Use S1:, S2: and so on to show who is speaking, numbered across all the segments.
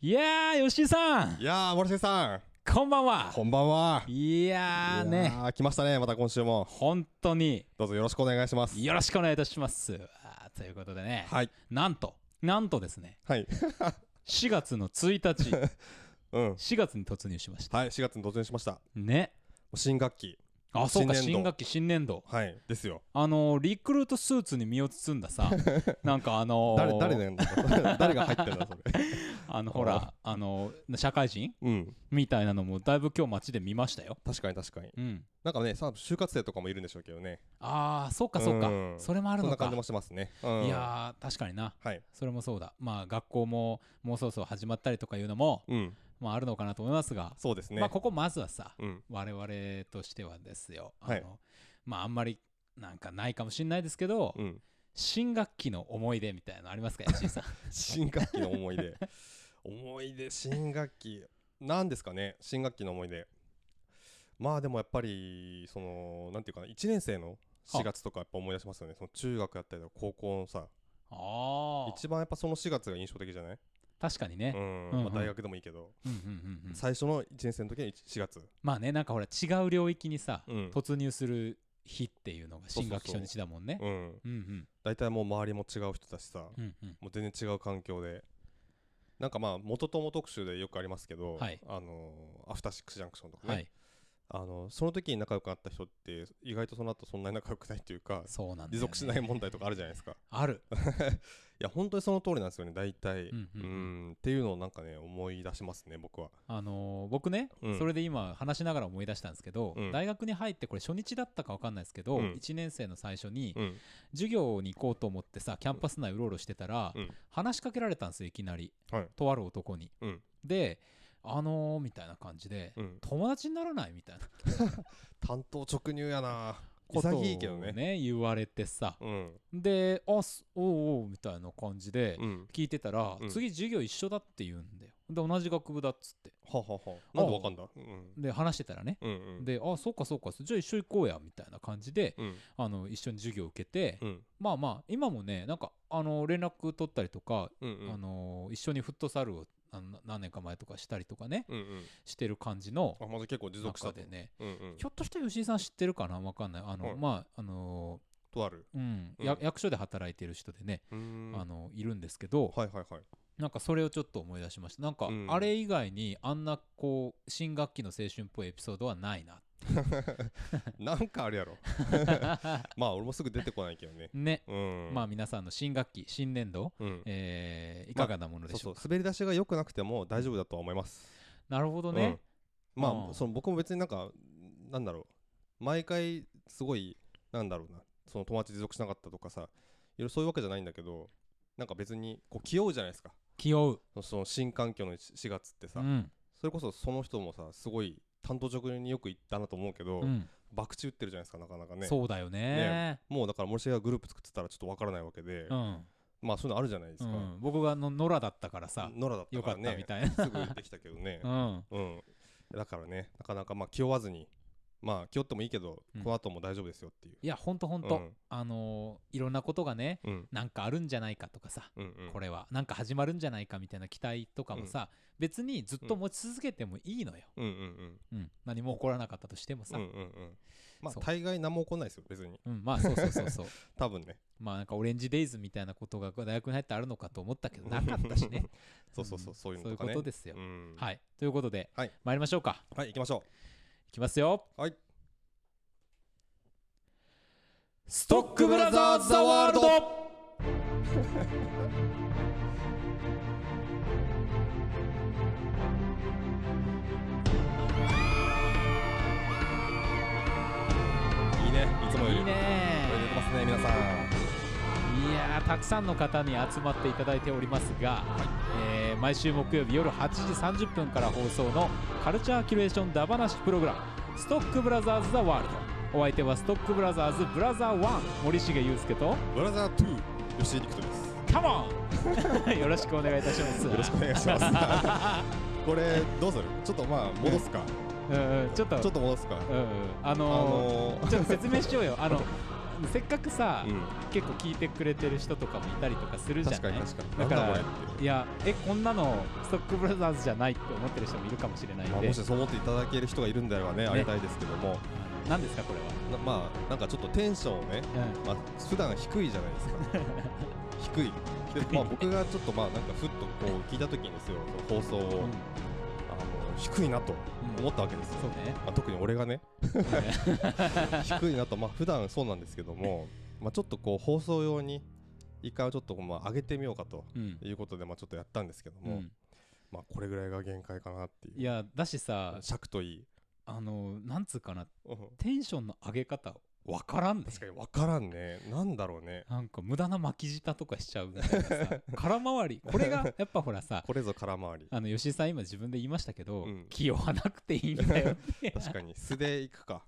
S1: いやー、吉井さん
S2: いやー、森瀬さん、
S1: こんばんは
S2: こんばんは。
S1: いやー
S2: い
S1: ね、
S2: やー来ましたね、また今週も。
S1: 本当に
S2: どうぞよろしくお願いします。
S1: よろしくお願いいたします。あーということでね、
S2: はい。
S1: なんと、なんとですね、
S2: はい。
S1: 4月の1日、
S2: うん。
S1: 4月に突入しました。
S2: はい、4月に突入しました。も
S1: ね。
S2: う新学期。
S1: あ、そうか、
S2: 新年度
S1: 新学期、新年度。
S2: はい。ですよ。
S1: あのー、リクルートスーツに身を包んだ さ、なんかあのー、
S2: 誰、誰なん だ誰が入ってるんだ、それ。
S1: あの、ほら、あのー、社会人
S2: うん。
S1: みたいなのも、だいぶ今日街で見ましたよ。
S2: 確かに確かに。
S1: うん。
S2: なんかね、さ、就活生とかもいるんでしょうけどね。
S1: あー、そうか、そうか
S2: う。ん
S1: それもある
S2: そん
S1: の
S2: な
S1: か
S2: 感じ。もしてますね。うん。
S1: いやー、確かにな。
S2: はい。
S1: それもそうだまあ学校ももうそろそろ始まったりとかいうのも、
S2: うん。
S1: まあ、あるのかなと思いますが、
S2: そうですね。
S1: まあここまずはさ
S2: うん。
S1: 我々としてはですよあの、
S2: はい
S1: まああんまりなんかないかもしれないですけど、
S2: うん。
S1: 新学期の思い出みたいなのありますか吉井 さん
S2: 新学期の思い出。思い出、新学期。なんですかね、新学期の思い出。まあでもやっぱり、その、なんていうかな、1年生の
S1: は
S2: 4月とかやっぱ思い出しますよね。その中学やったりとか高校のさ、
S1: あ
S2: 一番やっぱその4月が印象的じゃない
S1: あ確かにね
S2: う、ん。
S1: うんうん
S2: まあ大学でもいいけど、
S1: うんうんうんうん
S2: 最初の1年生の時は4月。
S1: まあねなんかほら違う領域にさ、
S2: うん。
S1: 突入する日っていうのが
S2: そうそ
S1: 新
S2: うそう
S1: 学期初日だもんね
S2: うん。
S1: うんうん
S2: 大体もう周りも違う人だしさ、
S1: うんうん
S2: もう全然違う環境で。なんかまあ元友特集でよくありますけど、
S1: はい
S2: あのーアフターシックスジャンクションとかね、
S1: はい
S2: あのその時に仲良くなった人って意外とその後そんなに仲良くないっていうか
S1: そうなんだよね、
S2: 持続しない問題とかあるじゃないですかい
S1: ある、
S2: や本当にその通りなんですよね大体
S1: うんう
S2: うん
S1: うん
S2: んっていうのをなんかね思い出しますね僕は
S1: あのー僕ね、
S2: うん
S1: それで今話しながら思い出したんですけど、
S2: うん
S1: 大学に入ってこれ初日だったか分かんないですけど、
S2: うん
S1: 1年生の最初に、
S2: うん
S1: 授業に行こうと思ってさキャンパス内うろうろしてたら、
S2: うん
S1: 話しかけられたんですよいきなり
S2: はい
S1: とある男に。
S2: うん
S1: で「あのー」みたいな感じで、
S2: うん
S1: 友達にならない?」みたいな
S2: 担当直入やな
S1: ことを
S2: 潔いけどね
S1: 言われてさ
S2: うん
S1: で「あすおうおう」みたいな感じで
S2: うん
S1: 聞いてたら、
S2: うん
S1: 次授業一緒だって言うんだよで同じ学部だっつって
S2: はははなんでわかんだうん
S1: で話してたらね
S2: うんうん
S1: で、あ、そうかそうか、じゃあ一緒行こうや、みたいな感じで、
S2: うん
S1: あの、一緒に授業を受けて、
S2: うん
S1: まあまあ、今もね、なんか、あの、連絡取ったりとか、
S2: うんうん
S1: あの、一緒にフットサルをあのな何年か前とかしたりとかね、
S2: うんうん
S1: してる感じの
S2: あまず結構持続した
S1: 中
S2: と
S1: でね、
S2: うんうん
S1: ひょっとして吉井さん知ってるかなわかんない。あの、
S2: はい
S1: まあ、あの、
S2: とある
S1: うん、
S2: うん
S1: や役所で働いてる人でね、
S2: うーん
S1: あの、いるんですけど、
S2: はいはいはい
S1: なんかそれをちょっと思い出しました。なんか
S2: うん、
S1: あれ以外に、あんな、こう、新学期の青春っぽいエピソードはないな。
S2: なんか あるやろまあ俺もすぐ出てこないけどね
S1: ね。
S2: うん
S1: まあ皆さんの新学期、新年度、
S2: うん
S1: えーいかがなもので
S2: そう
S1: しょ
S2: そうう
S1: か。
S2: 滑り出しが良くなくても大丈夫だとは思います。
S1: なるほどね。
S2: うん、まあ、
S1: うん
S2: その僕も別になんかなんだろう毎回すごいなんだろうなその友達持続しなかったとかさいろいろそういうわけじゃないんだけどなんか別にこう気負うじゃないですか
S1: 気負う。
S2: その新環境の4月って
S1: う
S2: さ、
S1: ん。
S2: それこそその人もさすごい担当直入によく行ったなと思うけど、
S1: うん
S2: 博打打ってるじゃないですかなかなかね
S1: そうだよね
S2: ね。もうだから森重がグループ作ってたらちょっとわからないわけで、
S1: うん。
S2: まあそういうのあるじゃないです
S1: う
S2: か、
S1: ん僕がの野良だったからさ、
S2: ノラだった
S1: よ
S2: か
S1: からった
S2: ね
S1: みたいな。
S2: すぐできたけど ね、
S1: うん。
S2: うん、だからね、なかなかまあ気負わずに、まあ気負ってもいいけど、
S1: うん
S2: この後も大丈夫ですよっていう。
S1: いや、ほんとほんと。あのーいろんなことがね、
S2: うん、うん、
S1: なんかあるんじゃないかとかさ、
S2: うん、うん
S1: これは、なんか始まるんじゃないかみたいな期待とかもさ、別にずっと持ち続けてもいいのよ。
S2: うん、うん、うん、
S1: うん。何も起こらなかったとしても
S2: う
S1: さ。
S2: ん、うん、うん。ま
S1: そ
S2: あ
S1: う
S2: 大概何も起こんないですよ、別に。
S1: うん、まあそうそうそう そう。
S2: 多分ね。
S1: まあなんかオレンジデイズみたいなことが大学に入ってあるのかと思ったけどなかったしね。
S2: そうそうそう、
S1: ん
S2: そういうのとか
S1: そ
S2: ね。
S1: ういうことですよ
S2: うんはい、
S1: はい。ということで、
S2: はい
S1: 参りましょうか。
S2: 行きましょ
S1: いきますよ。
S2: はい。
S1: ストックブラザーズ・ザ・ワールド
S2: う。いいね、いつもより。
S1: いいね
S2: これ出てますね、皆さん。
S1: いやーたくさんの方に集まっていただいておりますが、えー毎週木曜日夜8時30分から放送のカルチャーキュレーションダバなしプログラム「ストックブラザーズ・ザ・ワールド」お相手はストックブラザーズ・ブラザー1森重裕介と
S2: ブラザー2、吉井陸斗です。
S1: カモ ンよろしくお願いいたします
S2: よろしくお願いします。 これ、どうするちょっとまあ、戻すか。
S1: うんうんちょっと
S2: ちょっと戻すか。
S1: うんうんあ
S2: あ
S1: のー
S2: の ー、
S1: ちょっと説明しようよ。あの、せっかくさ、
S2: うん、
S1: 結構聞いてくれてる人とかもいたりとかするじゃ
S2: 確
S1: な
S2: か
S1: い
S2: に確かに。
S1: だから
S2: なんだこれって。
S1: いやえこんなのストックブラザーズじゃないって思ってる人もいるかもしれないんで、
S2: まあ、もしそう思っていただける人がいるんであればね、
S1: ね
S2: ありがたいですけども、
S1: 何ですかこれ
S2: なまあ、なんかちょっとテンションをね、
S1: は、
S2: まあ、普段低いじゃない ですか。低い。で、まあ、僕がちょっと、まあ、なんか、ふっと、こう、聞いた時にですよ、その放送を、
S1: うん
S2: あの、低いなと思ったわけですよ。
S1: そうね
S2: まあ、特に俺 がね低いなとまあ普段そうなんですけども、まあ、ちょっとこう放送用に一回はちょっとまあ上げてみようかと
S1: うん、
S2: いうことでまあちょっとやったんですけど
S1: う
S2: も、
S1: ん、
S2: まあこれぐらいが限界かなっていう
S1: いやだしさ
S2: 尺といい、
S1: あのなんつうかな
S2: うん
S1: テンションの上げ方わからんね
S2: 確かに分からんねなんだろうね
S1: なんか無駄な巻き舌とかしちゃうみたいな さ空回りこれがやっぱほらさ
S2: これぞ空 回り
S1: あの吉井さん今自分で言いましたけど、
S2: うん
S1: 気負わなくていいんだよって
S2: 確かに素でいくか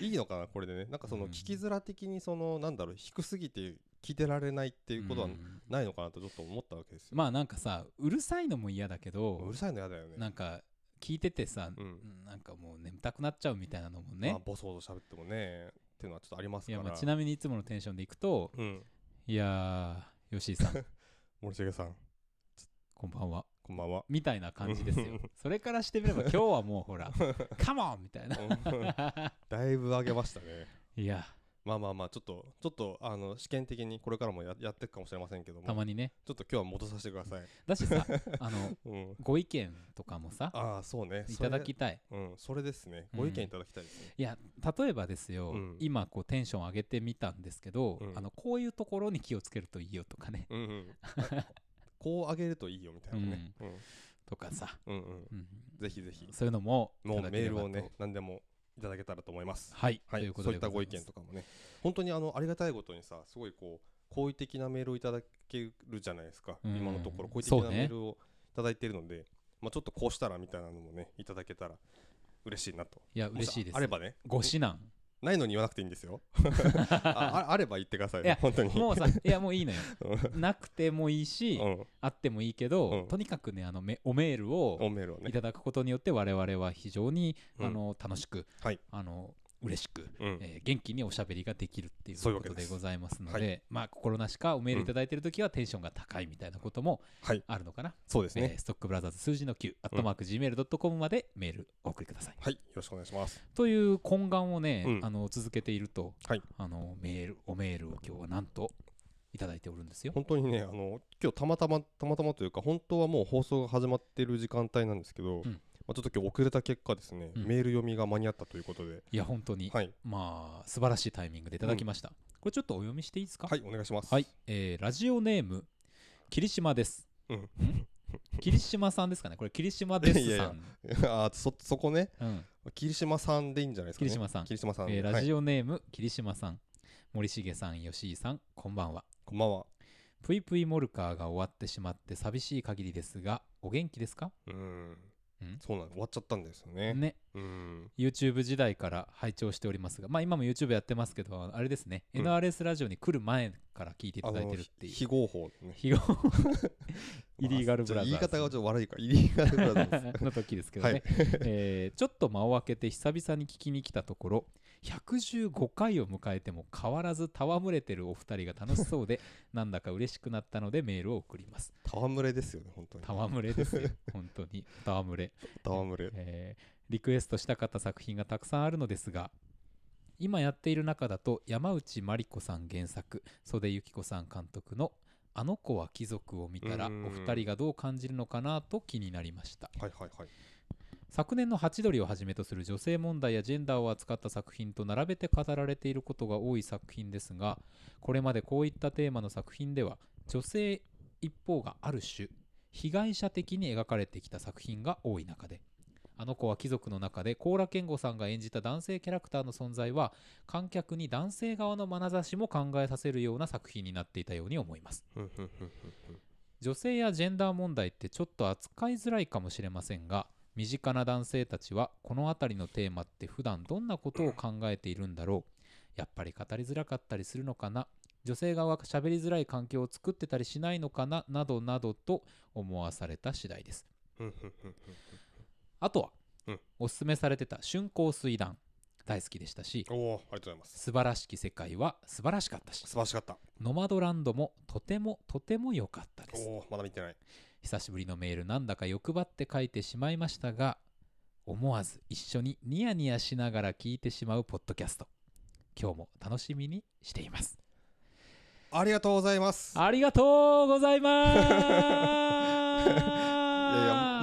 S2: いいのかなこれでねなんかその
S1: うん
S2: 聞きづら的にそのなんだろう低すぎて聞いてられないっていうことは
S1: ん
S2: ないのかなとちょっと思ったわけですよ、
S1: まあなんかさうるさいのも嫌だけど
S2: うるさいのやだよね
S1: なんか聞いててさ、
S2: うん
S1: なんかもう眠たくなっちゃうみたいなのもね、
S2: まあ、ボソボソ喋ってもねっていうのはちょっとあります
S1: い
S2: か
S1: や
S2: ら
S1: まあちなみにいつものテンションでいくと
S2: うん
S1: いやー吉井さ ん
S2: 森重さん
S1: こんばんは
S2: こんば んは
S1: みたいな感じですよそれからしてみれば今日はもうほ らカモンみたいな
S2: うんだいぶ上げましたね
S1: いや
S2: まあまあまあちょっとちょっとあの試験的にこれからもややっていくかもしれませんけども
S1: たまにね
S2: ちょっと今日は戻させてください、
S1: だしさあの
S2: うん、
S1: ご意見とかもさ
S2: ああそうね
S1: い
S2: それ
S1: ただきたい
S2: うんそれですね
S1: うん
S2: ご意見いただきたいですね、
S1: いや例えばですよ、
S2: うん
S1: 今こうテンション上げてみたんですけど、
S2: うん
S1: あのこういうところに気をつけるといいよとかね
S2: うんうん、あこう上げるといいよみたいなね、うん
S1: とかさ、
S2: うんうん
S1: うん
S2: ぜひぜひ
S1: そういうのもい
S2: も
S1: た
S2: う
S1: だけ
S2: メ
S1: れ
S2: ー
S1: ばと
S2: ルをね何でもいただけたらと思います
S1: はい、
S2: は
S1: と
S2: い
S1: いう、こ
S2: そ
S1: と
S2: うい
S1: で
S2: ったご意
S1: ざ
S2: 見
S1: ます
S2: とかもね、本当にあのありがたいことにさ、すごいこう好意的なメールをいただけるじゃないですか、
S1: うん
S2: 今のところ、好意的
S1: そう
S2: な
S1: ね
S2: メールをいただいているので、まあ、ちょっとこうしたらみたいなのもね、いただけたら嬉しいなと。
S1: いや嬉しいです
S2: もああればね、
S1: ご指南
S2: ないのに言わなくていいんです よ。あああれば言ってください
S1: いや
S2: ね、本当に。
S1: もうさいやもういいのよ
S2: う
S1: なくてもいいし、
S2: ん、
S1: あってもいいけど、
S2: うん
S1: とにかくねあのめおメールを
S2: おメールをね
S1: い。ただくことによって我々は非常に、
S2: うん
S1: あの楽しく、
S2: はい
S1: あの嬉しく、
S2: うん
S1: えー元気におしゃべりができるっていう
S2: そういう
S1: こ
S2: わけ
S1: と
S2: で
S1: ですございますので
S2: は
S1: まあ心なしかおメールいただいてるときはテンションが高いみたいなことも
S2: はい、
S1: あるのかな、
S2: そうですね
S1: え。ーストックブラザーズ数字の9、アットマーク Gmail.com までメールお送りください
S2: はい、よろしくお願いします。
S1: という懇願をね、
S2: うん
S1: あの続けていると、
S2: はい
S1: あのメールおメールを今日はなんといただいておるんですよ。
S2: 本当にね、あの今日たまたまたまたまというか、本当はもう放送が始まっている時間帯なんですけど、
S1: うん
S2: まあ、ちょっと今日遅れた結果ですね、
S1: うん
S2: メール読みが間に合ったということで、
S1: いや本当に、
S2: はい、
S1: まあ素晴らしいタイミングでいただきました。これちょっとお読みしていいですか。
S2: はい、お願いします。
S1: はい、えーラジオネーム霧島です。
S2: うん
S1: ん霧島さんですかね。これ霧島ですさん。
S2: いやいや あーそそこね、
S1: うん
S2: 霧島さんでいいんじゃないですか、ね。
S1: 霧島さん
S2: 霧島さん。
S1: えーラ
S2: はい、
S1: ジオネーム、霧島さん森重さん吉井さんこんばんは
S2: こんばんは。
S1: ぷいぷいモルカーが終わってしまって寂しい限りですがお元気ですか
S2: うーん
S1: うん。
S2: そうなの、終わっちゃったんですよね。
S1: ね
S2: うーん。
S1: YouTube 時代から拝聴しておりますがまあ今も YouTube やってますけどあれですね、
S2: うん
S1: NRS ラジオに来る前から聞いてい
S2: あ
S1: ただい
S2: の
S1: てるっていう
S2: 非合法ね。
S1: 非合イリーガルブラザーズ
S2: まあちょっと言い方がちょっと悪いから、イリーガルブラザーズ。
S1: の時です けどね、
S2: はい
S1: えーちょっと間を空けて久々に聞きに来たところ115回を迎えても変わらず戯れてるお二人が楽しそうでなんだか嬉しくなったのでメールを送ります
S2: 戯れですよね、本当に。
S1: 戯れですよ本当に戯れ、
S2: 戯れ。
S1: えーリクエストしたかった作品がたくさんあるのですが今やっている中だと山内真理子さん原作袖由紀子さん監督の「あの子は貴族」を見たらお
S2: うん
S1: 二人がどう感じるのかなと気になりました
S2: はいはいはい。
S1: 昨年のハチドリをはじめとする女性問題やジェンダーを扱った作品と並べて語られていることが多い作品ですがこれまでこういったテーマの作品では女性一方がある種被害者的に描かれてきた作品が多い中であの子は貴族の中で高良健吾さんが演じた男性キャラクターの存在は観客に男性側の眼差しも考えさせるような作品になっていたように思います
S2: ふんふんふんふん
S1: 女性やジェンダー問題ってちょっと扱いづらいかもしれませんが身近な男性たちはこの辺りのテーマって普段どんなことを考えているんだろうやっぱり語りづらかったりするのかな女性側が喋りづらい環境を作ってたりしないのかななどなどと思わされた次第です
S2: ふんふんふんふん
S1: あとは、
S2: うん
S1: おすすめされてた春光水団大好きでしたし
S2: おおありがとうございます
S1: 素晴らしき世界は素晴らしかったし
S2: 素晴らしかった
S1: ノマドランドもとてもとても良かったで
S2: お
S1: す
S2: おまだ見てない
S1: 久しぶりのメールなんだか欲張って書いてしまいましたが思わず一緒にニヤニヤしながら聞いてしまうポッドキャスト今日も楽しみにしています
S2: ありがとうございます
S1: ありがとうございます
S2: いやい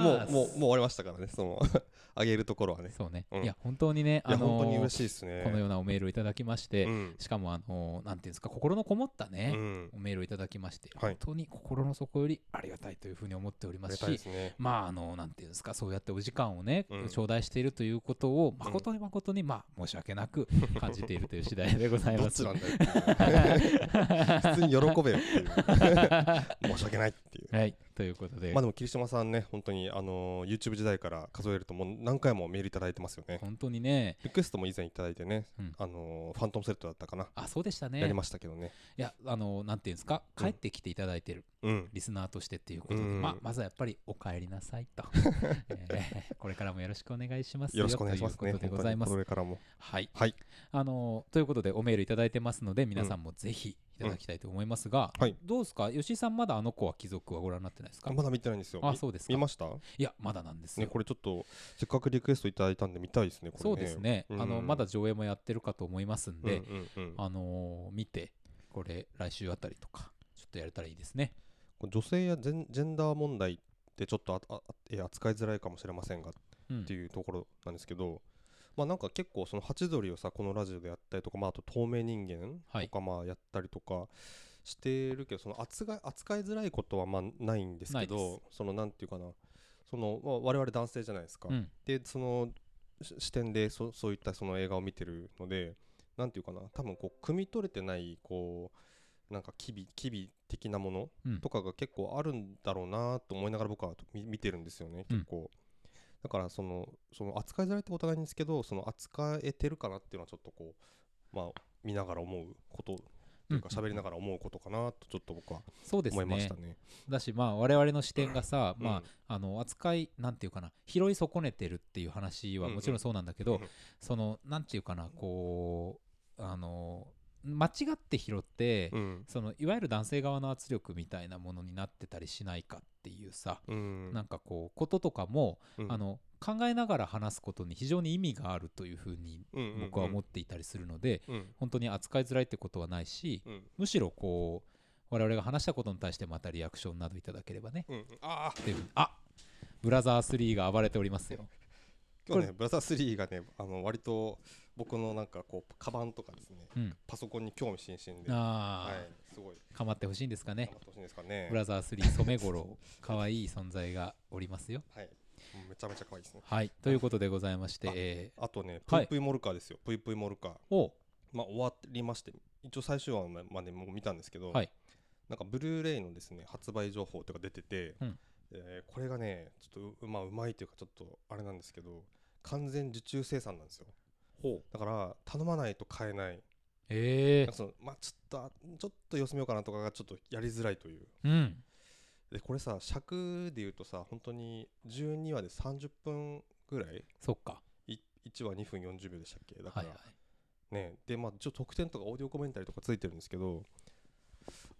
S2: やもうもうもう終わりましたからねその あげるところはね
S1: そうね、
S2: うん
S1: いや本当にね
S2: い
S1: あ
S2: や
S1: のー
S2: 本当に嬉しいですね
S1: このようなおメールをいただきまして、
S2: うん
S1: しかもあのーなんていうんですか心のこもったね、
S2: うん
S1: おメールをいただきまして、
S2: はい
S1: 本当に心の底よりありがたいというふうに思っており
S2: あ
S1: ま
S2: り
S1: す
S2: が
S1: した
S2: いですね
S1: まああのなんていうんですかそうやってお時間をね、
S2: うん
S1: 頂戴しているということを誠に誠に、まあ申し訳な く感じているという次第でござい
S2: ど
S1: ま
S2: っ
S1: す。
S2: ちなんだ よっていう普通に喜べよっていう申し訳ないっていう
S1: はいということで、
S2: まあでも霧島さんね本当にあのー YouTube 時代から数えるともう何回もメールいただいてますよね
S1: 本当にね
S2: リクエストも以前いただいてね、
S1: うん
S2: あのーファントムセットだったかな、
S1: あそうでした
S2: や
S1: ね
S2: りましたけどね
S1: いやあのなんていうんですか
S2: うん
S1: 帰ってきていただいてる、
S2: うん
S1: リスナーとしてっていうことで、
S2: うん
S1: まあ、まずはやっぱりお帰りなさ いと、えーこれからもよろしくお願いしますよ
S2: よろしくお願いします
S1: とい
S2: ね
S1: うことでございます
S2: 本当にこれからも
S1: はい、
S2: はい
S1: あのということでおメールいただいてますので皆さんもぜひいただきたいと思いますが、
S2: うんはい
S1: どうですか吉井さんまだあの子は貴族はご覧になってないですか、
S2: まだ見てないんですよ
S1: あ
S2: み
S1: そうですか
S2: 見ました
S1: いやまだなんです
S2: ね
S1: よ、
S2: これちょっとせっかくリクエストいただいたんで見たいですねこれね
S1: そうですね、
S2: うん
S1: あのまだ上映もやってるかと思いますん
S2: うんう
S1: で、
S2: んうん
S1: あのー見てこれ来週あたりとかちょっとやれたらいいですね
S2: これ女性やジェンジェンダー問題ってちょっとあああえー扱いづらいかもしれませんが
S1: うん
S2: っていうところなんですけど、まあなんか結構そのハチドリをさこのラジオでやったりとか、まあ、あと透明人
S1: は
S2: 間
S1: い
S2: とかまあやったりとかしてるけど、その扱い扱いづらいことはまあないんですけ
S1: ないで
S2: どそのなんていうかなその、まあ、我々男性じゃないですか、
S1: うん
S2: でそのし視点でそそういったその映画を見てるのでなんていうかな多分こう汲み取れてないこうなんか機微機微的なもの
S1: うん
S2: とかが結構あるんだろうなと思いながら僕は見見てるんですよね
S1: うん
S2: 結構、だからそのその扱いづらいってことはないんですけどその扱えてるかなっていうのはちょっとこうまあ見ながら思うことというか
S1: うん
S2: 喋りながら思うことかなとちょっと僕は
S1: そうです
S2: 思いまし
S1: ね
S2: たね。
S1: だしまあ我々の視点がさ、
S2: うん
S1: まああの扱いなんていうかな拾い損ねてるっていう話はもちろんそうなんだけど、
S2: うんうん
S1: そのなんていうかなこうあの間違って拾って、
S2: うん
S1: そのいわゆる男性側の圧力みたいなものになってたりしないかっていうさ、
S2: うん
S1: なんかこうこととかも、
S2: うん
S1: あの考えながら話すことに非常に意味があるというふうに
S2: うんうん
S1: 僕は思っていたりするので、
S2: うん
S1: 本当に扱いづらいってことはないし、
S2: うん
S1: むしろこう我々が話したことに対してまたリアクションなどいただければね
S2: うん、ああ
S1: っていうふうにあブラザー3が暴れておりますよ。
S2: 今日
S1: こ
S2: ねブラザー3がねあの割と僕のなんかこうカバンとかですね
S1: うん、
S2: パソコンに興味津々で、は
S1: ああ、
S2: い、すごい
S1: かまってほしいんですかね
S2: 頑張。ってほしいんですかね
S1: ブ。ラザー3染 五郎、可愛い存在がおりますよ。
S2: はい、めちゃめちゃ可愛いですね。
S1: はい、ということでございまして、
S2: あ
S1: え
S2: あとね、ぷ
S1: はい
S2: いぷいモルカーですよ、ぷいぷいモルカー。
S1: ー、お
S2: まあ、終わりまして、一応最終話までもう見たんですけど、
S1: はい
S2: なんかブルーレイのですね発売情報とか出てて、
S1: うん
S2: えーこれがね、ちょっとう,、まあ、うまいというか、ちょっとあれなんですけど、完全受注生産なんですよ。
S1: ほう
S2: だから、頼まないと買えない、
S1: え
S2: なんかそのまあ、ちょっとあ、ちょっと様子見ようかなとかがちょっとやりづらいという。
S1: ー、うん、
S2: でこれさ尺で言うとさ本当に12話で30分ぐらい
S1: そっか。
S2: い1話2分40秒でしたっけだか
S1: はい
S2: ら、
S1: はい。
S2: ねでまあ一応特典とかオーディオコメンタリーとかついてるんですけど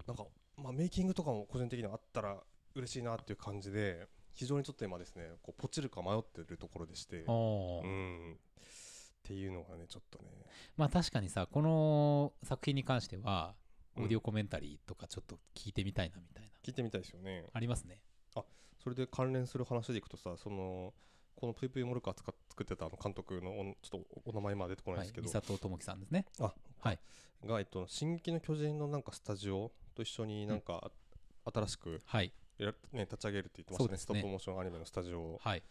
S2: なんか、まあ、メイキングとかも個人的にはあったら嬉しいなっていう感じで非常にちょっと今ですねこうポチるか迷ってるところでして
S1: おおー、
S2: うんっていうのがねちょっとね
S1: まあ確かにさ、この作品に関しては、オ
S2: うん
S1: ーディオコメンタリーとかちょっと聞いてみたいなみたいな。
S2: 聞いてみたいですよね
S1: ありますね。
S2: それで関連する話でいくとさそのこのぷいぷいモルカー使っ作ってたあの監督のおんちょっとおお名前今は出てこない
S1: は
S2: で
S1: い
S2: すけ、ど、
S1: 美里智樹さんですね。
S2: あ
S1: はい
S2: が、えっと「進撃の巨人」のなんかスタジオと一緒になんか、新しく
S1: はい、
S2: やるね、立ち上げるって言ってましたねス
S1: そ
S2: ト
S1: うですね
S2: ップモーションアニメのスタジオを
S1: はい。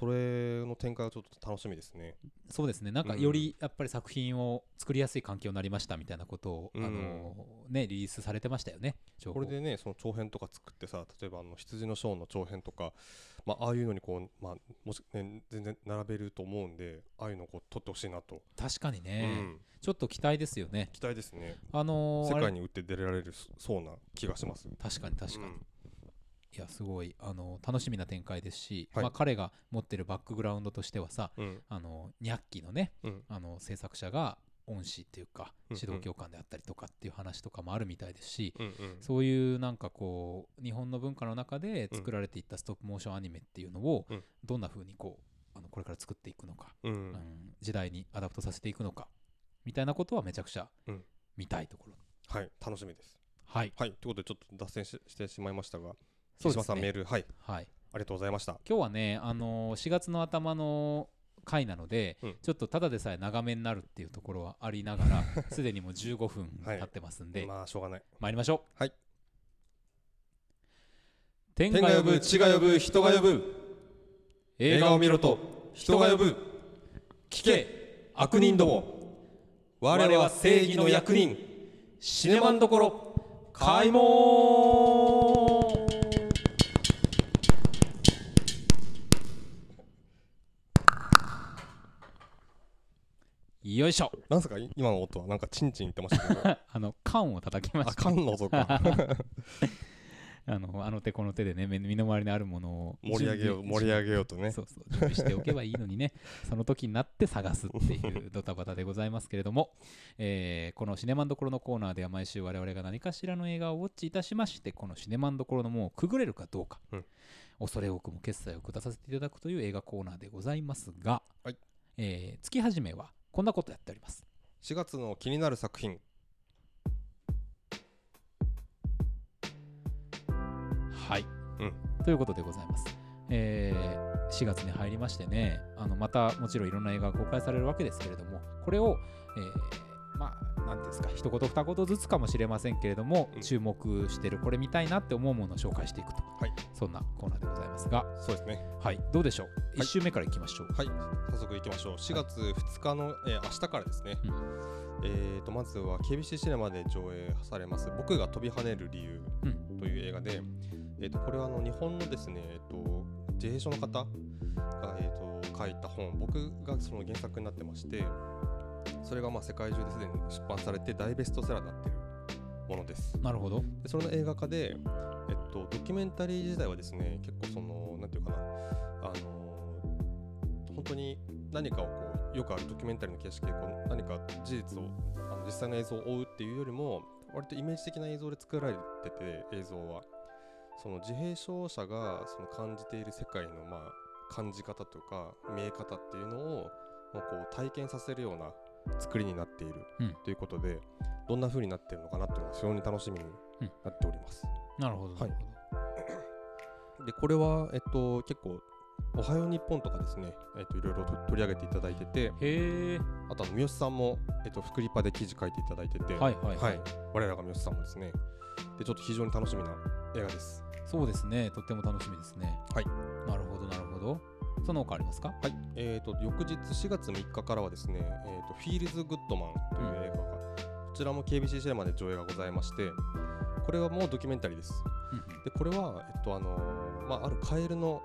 S2: それの展開はちょっと楽しみですね
S1: そうですねなんか
S2: うん
S1: よりやっぱり作品を作りやすい環境になりましたみたいなことを、
S2: うん
S1: あのね、リリースされてましたよね情
S2: こ
S1: 報
S2: れでねその長編とか作ってさ例えばあの羊のショーンの長編とか、まあああいうのにこう、まあもしね、全然並べると思うんでああいうのをこう撮ってほしいなと、
S1: 確かにね、
S2: うん、
S1: ちょっと期待ですよね
S2: 期待ですね
S1: あのー
S2: 世
S1: あれ
S2: 界に打って出られるそそうな気がします
S1: 確かに確かに、
S2: うん
S1: いやすごいあの楽しみな展開ですし、
S2: はい
S1: まあ、彼が持ってるバックグラウンドとしてはさ
S2: うん
S1: あのニャッキのね
S2: うん
S1: あの制作者が恩師というか
S2: うんうん
S1: 指導教官であったりとかっていう話とかもあるみたいですし、
S2: うんうん
S1: そういうなんかこう日本の文化の中で作られていったストップモーションアニメっていうのを
S2: うん
S1: どんな風にこうあのこれから作っていくのか、
S2: う
S1: うんん、時代にアダプトさせていくのかみたいなことはめちゃくちゃ
S2: うん
S1: 見たいところ、
S2: はい楽しみです
S1: はい
S2: はいということでちょっと脱線ししてしまいましたが
S1: そ
S2: 木
S1: うで
S2: 島
S1: す
S2: さんメ
S1: ね
S2: ールはい
S1: はい
S2: ありがとうございました
S1: 今日はね、あのー4月の頭の回なので、
S2: うん
S1: ちょっとただでさえ長めになるっていうところはありながら すでにもう15分経ってますんで、
S2: まあしょうがない
S1: 参りましょう
S2: はい
S1: 天
S2: 天が呼ぶ地が呼ぶ人が呼ぶ映画を見ろと人が呼ぶ
S1: 聞
S2: 聞け悪人ども我は正義の役人
S1: シ
S2: シネマンどころ開門
S1: よいしょ
S2: なんすかい今の音はなんかチンチン言ってま したけど
S1: あの缶を叩きま
S2: あ
S1: した
S2: かんのぞか
S1: あのあの手この手でねめ身の回りにあるものを
S2: 盛り上げよう盛り上げようとね
S1: そうそう準備しておけばいいのにね その時になって探すっていう ドタバタでございますけれども、えーこのシネマンどころのコーナーでは毎週我々が何かしらの映画をウォッチいたしましてこのシネマンどころの門をくぐれるかどうか、
S2: うん
S1: 恐れ多くも決済を下させていただくという映画コーナーでございますが、
S2: はい
S1: えー月始めはこんなことやっております
S2: 4月の気になる作品
S1: はい、
S2: うん
S1: ということでございます、えー4月に入りましてねあのまたもちろんいろんな映画が公開されるわけですけれどもこれを、えーまあ何ていうんですか一言二言ずつかもしれませんけれども、
S2: うん
S1: 注目してるこれ見たいなって思うものを紹介していくと、
S2: い
S1: そんなコーナーでございますが
S2: そうですね
S1: はいどうでしょう、1週目からいきましょう
S2: はい早速いきましょう4月2日の、えー明日からですね、
S1: う
S2: えー、とまずは KBC シネマで上映されます「僕が飛び跳ねる理由
S1: うん」
S2: という映画で、えー、とこれはあの日本のですね、えー、と自閉症の方が、えー、と書いた本僕がその原作になってましてそれがまあ世界中ですでに出版されて大ベストセラーになっているものです
S1: なるほど
S2: でそれの映画化で、えっと、ドキュメンタリー自体はですね結構そのなんていうかなあの本当に何かをこうよくあるドキュメンタリーの形式でこう何か事実をあの実際の映像を追うっていうよりも割とイメージ的な映像で作られてて映像はその自閉症者がその感じている世界のまあ感じ方とか見え方っていうのをもうこう体験させるような作りになっている
S1: うん
S2: ということで、どんな風になってるのかなっていうのが非常に楽しみになっております。
S1: なるほどな
S2: はい
S1: るほど、
S2: で、これは、えっと、結構、おはよう日本とかですね、えっと、いろいろと取り上げていただいてて、
S1: へえ
S2: あとあの、三好さんも、えっと、福リパで記事書いていただいてて、
S1: はいはいはい
S2: 我らが三好さんもですね、で、ちょっと非常に楽しみな映画です。
S1: そうですねとっても楽しみですね
S2: はい
S1: なるほどなるほどその他ありますか
S2: はい、えっと、翌日4月3日からはですね、えっと、フィールズ・グッドマンという映画が、こちらも KBC シネマで上映がございまして、これはもうドキュメンタリーです。
S1: うんうん
S2: でこれは、えっとあのまあ、あるカエルの、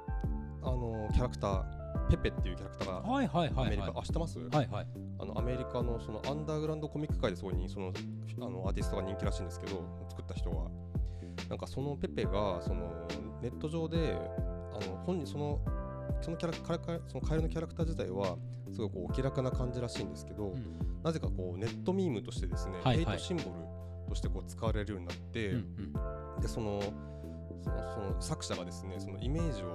S2: あのキャラクターペペっていうキャラクターが
S1: はいはい
S2: ア
S1: は
S2: メ
S1: い
S2: リカ、
S1: はい
S2: あ知ってます、
S1: はいはい
S2: あのアメリカのそのアンダーグラウンドコミック界ですごいにそのあのアーティストが人気らしいんですけど作った人がなんかそのペペがそのネット上であの本人そのそのキャラカラカそのカエルのキャラクター自体はすごいこうお気楽な感じらしいんですけ
S1: う
S2: ど、
S1: ん
S2: なぜかこうネットミームとしてですね、
S1: はいはい
S2: ヘイトシンボルとしてこう使われるようになって、
S1: うん
S2: でそのそのその作者がですねそのイメージを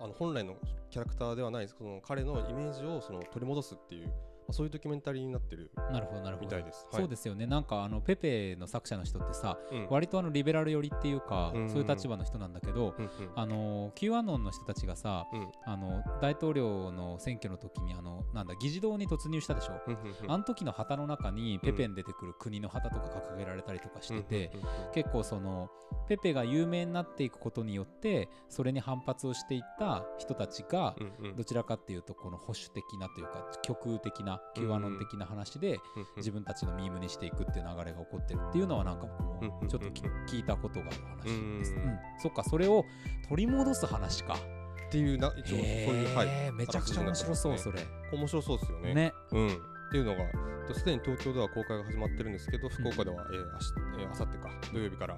S2: あの本来のキャラクターではないその彼のイメージをその取り戻すっていう、まあ、そういうドキュメンタリーになってる
S1: うんなるほどなるほ
S2: み
S1: ど
S2: たいです。
S1: そうですよねなんかあのペペの作者の人ってさ
S2: す、うん
S1: 割とあのリベラル寄りっていうか
S2: うんうん
S1: そういう立場の人なんだけど
S2: うんうん
S1: あの Q アノンの人たちがさ
S2: うん
S1: あの大統領の選挙の時にあのなんだ議事堂に突入したでしょ
S2: うんうんうん
S1: あの時の旗の中にペペに出てくる国の旗とか掲げられたりとかしてて
S2: うんうんうん
S1: 結構そのペペが有名になっていくことによってそれに反発をしていった人たちが
S2: うんうん
S1: どちらかっていうとこの保守的なというか極右的な Q アノン的な話で
S2: うんうん
S1: 自分たちのミームにしていくっていう流れが起こってるっていうのはなんか僕もちょっとき
S2: うんう
S1: 聞いたことがある話です。う
S2: うん
S1: ん、そっかそれを取り戻す話か。
S2: っていうな一応そういう、はい、
S1: へーめちゃくちゃ面白そうそれ。
S2: 面白そうですよね。
S1: ね。
S2: うん、っていうのがとすでに東京では公開が始まってるんですけど福岡では、えーあしえー、あさってか土曜日から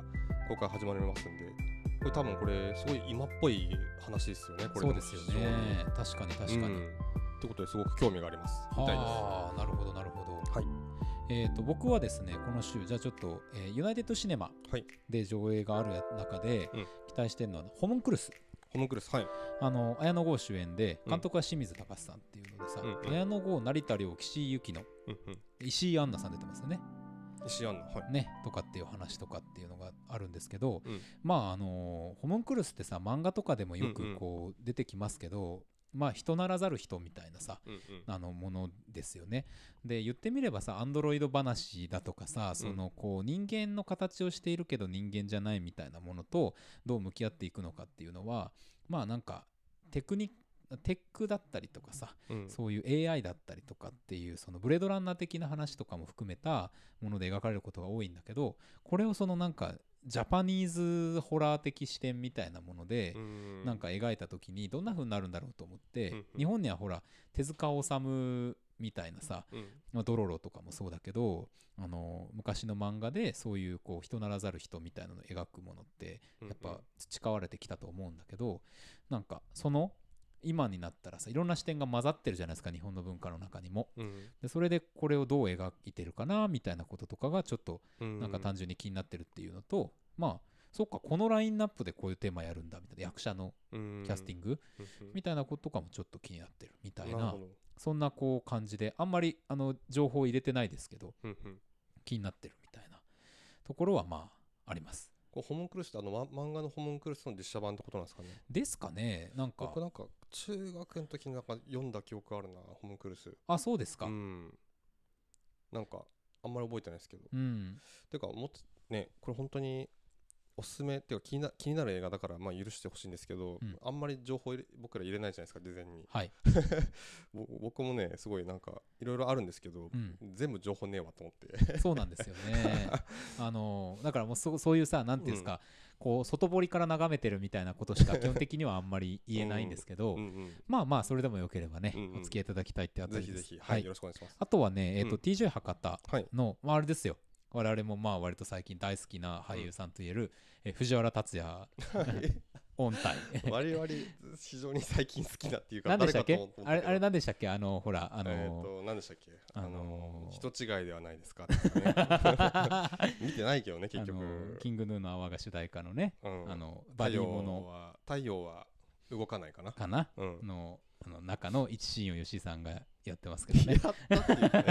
S2: 公開始まりますんでこれ多分これすごい今っぽい話ですよねこれ
S1: そうですよ
S2: 非常に
S1: ね確かに確かに、
S2: うんってことですごく興味がありますみたいです
S1: ああなるほどなるほど、
S2: はい
S1: えー、と僕はですねこの週じゃあちょっと、えーユナイテッドシネマ
S2: はい
S1: で上映があるや中で、
S2: うん
S1: 期待してるのはホモンクルス
S2: ホムンクルスはい
S1: あの綾野剛主演で
S2: うん
S1: 監督は清水隆さんっていうのでさ、
S2: うんうん
S1: 綾野剛成田凌岸井ゆきの
S2: うんうん
S1: 石井杏奈さん出てますよね
S2: 石井杏奈はい
S1: ねとかっていう話とかっていうのがあるんですけど、
S2: うん
S1: まああのーホモンクルスってさ漫画とかでもよ
S2: うんう
S1: く
S2: ん
S1: こう出てきますけど、まあ人ならざる人みたいなさ
S2: うん
S1: あのものですよね。で言ってみればさアンドロイド話だとかさそのこう人間の形をしているけど人間じゃないみたいなものとどう向き合っていくのかっていうのはまあなんかテクニテックだったりとかさ、
S2: うんうん
S1: そういう AI だったりとかっていうそのブレードランナー的な話とかも含めたもので描かれることが多いんだけどこれをそのなんかジャパニーズホラー的視点みたいなもので、
S2: うん
S1: なんか描いた時にどんな風になるんだろうと思って、
S2: うんうん
S1: 日本にはほら手塚治虫みたいなさ、
S2: うん
S1: まあ、ドロロとかもそうだけどあの昔の漫画でそういうこう人ならざる人みたいなのを描くものって
S2: うん
S1: やっぱ培われてきたと思うんだけどなんかその今になったらさいろんな視点が混ざってるじゃないですか日本の文化の中にも
S2: うん
S1: でそれでこれをどう描いてるかなみたいなこととかがちょっと
S2: うん
S1: なんか単純に気になってるっていうのと、まあそっかこのラインナップでこういうテーマやるんだみたいな役者の
S2: うん
S1: キャスティング
S2: うんうん
S1: みたいなこととかもちょっと気になってるみたいな
S2: なるほど
S1: そんなこう感じであんまりあの情報を入れてないですけど
S2: うんうん
S1: 気になってるみたいなところはまああります。
S2: これホモンクルスってあのま漫画のホモンクルスの実写版ってことなんですかね
S1: ですかねなんか
S2: 僕なんか中学の時になんか読んだ記憶あるなホムンクルス
S1: あそうですか、
S2: う
S1: うん
S2: んなんかあんまり覚えてないですけどてかもっとねこれ本当におすすめっていうか気にな気になる映画だからまあ許してほしいんですけど、
S1: うん
S2: あんまり情報入れ僕ら入れないじゃないですか事前に
S1: はい、
S2: ぼ僕もねすごいなんかいろいろあるんですけど
S1: う、ん、
S2: 全部情報ねえわと思って
S1: そうなんですよ ねあのだからもうそそういうさなんていうんですか、こう外堀から眺めてるみたいなことしか基本的にはあんまり言えないんですけど、
S2: うん、うん
S1: まあまあそれでもよければね、
S2: うんうん
S1: お付き合いいただきたいってあた
S2: ぜ
S1: り
S2: ひ
S1: です
S2: ぜひはい、
S1: はい
S2: よろしくお願いします
S1: あとはね、えっ、と、
S2: うん
S1: TJ 博多
S2: はい
S1: の、まあ、あれですよ。我々もまあ割と最近大好きな俳優さんといえる、えー藤原竜也音 体。
S2: 我々非常に最近好きだっていうか
S1: 何でしたっけ
S2: 誰かと思
S1: あれ
S2: った
S1: あれ何でしたっけあの、ほら、あの
S2: えーと何でしたっけあ
S1: あ
S2: の
S1: のー
S2: 人違いではないですかとかね 見てないけどね結
S1: あ
S2: 局
S1: のキングヌーの泡が主題歌のね、
S2: うん
S1: あの、バディも
S2: 太陽
S1: の
S2: は太陽は動かないかな
S1: かな
S2: うん
S1: のあの中の一シーンを吉井さんがやってますけどね。
S2: やったっていうか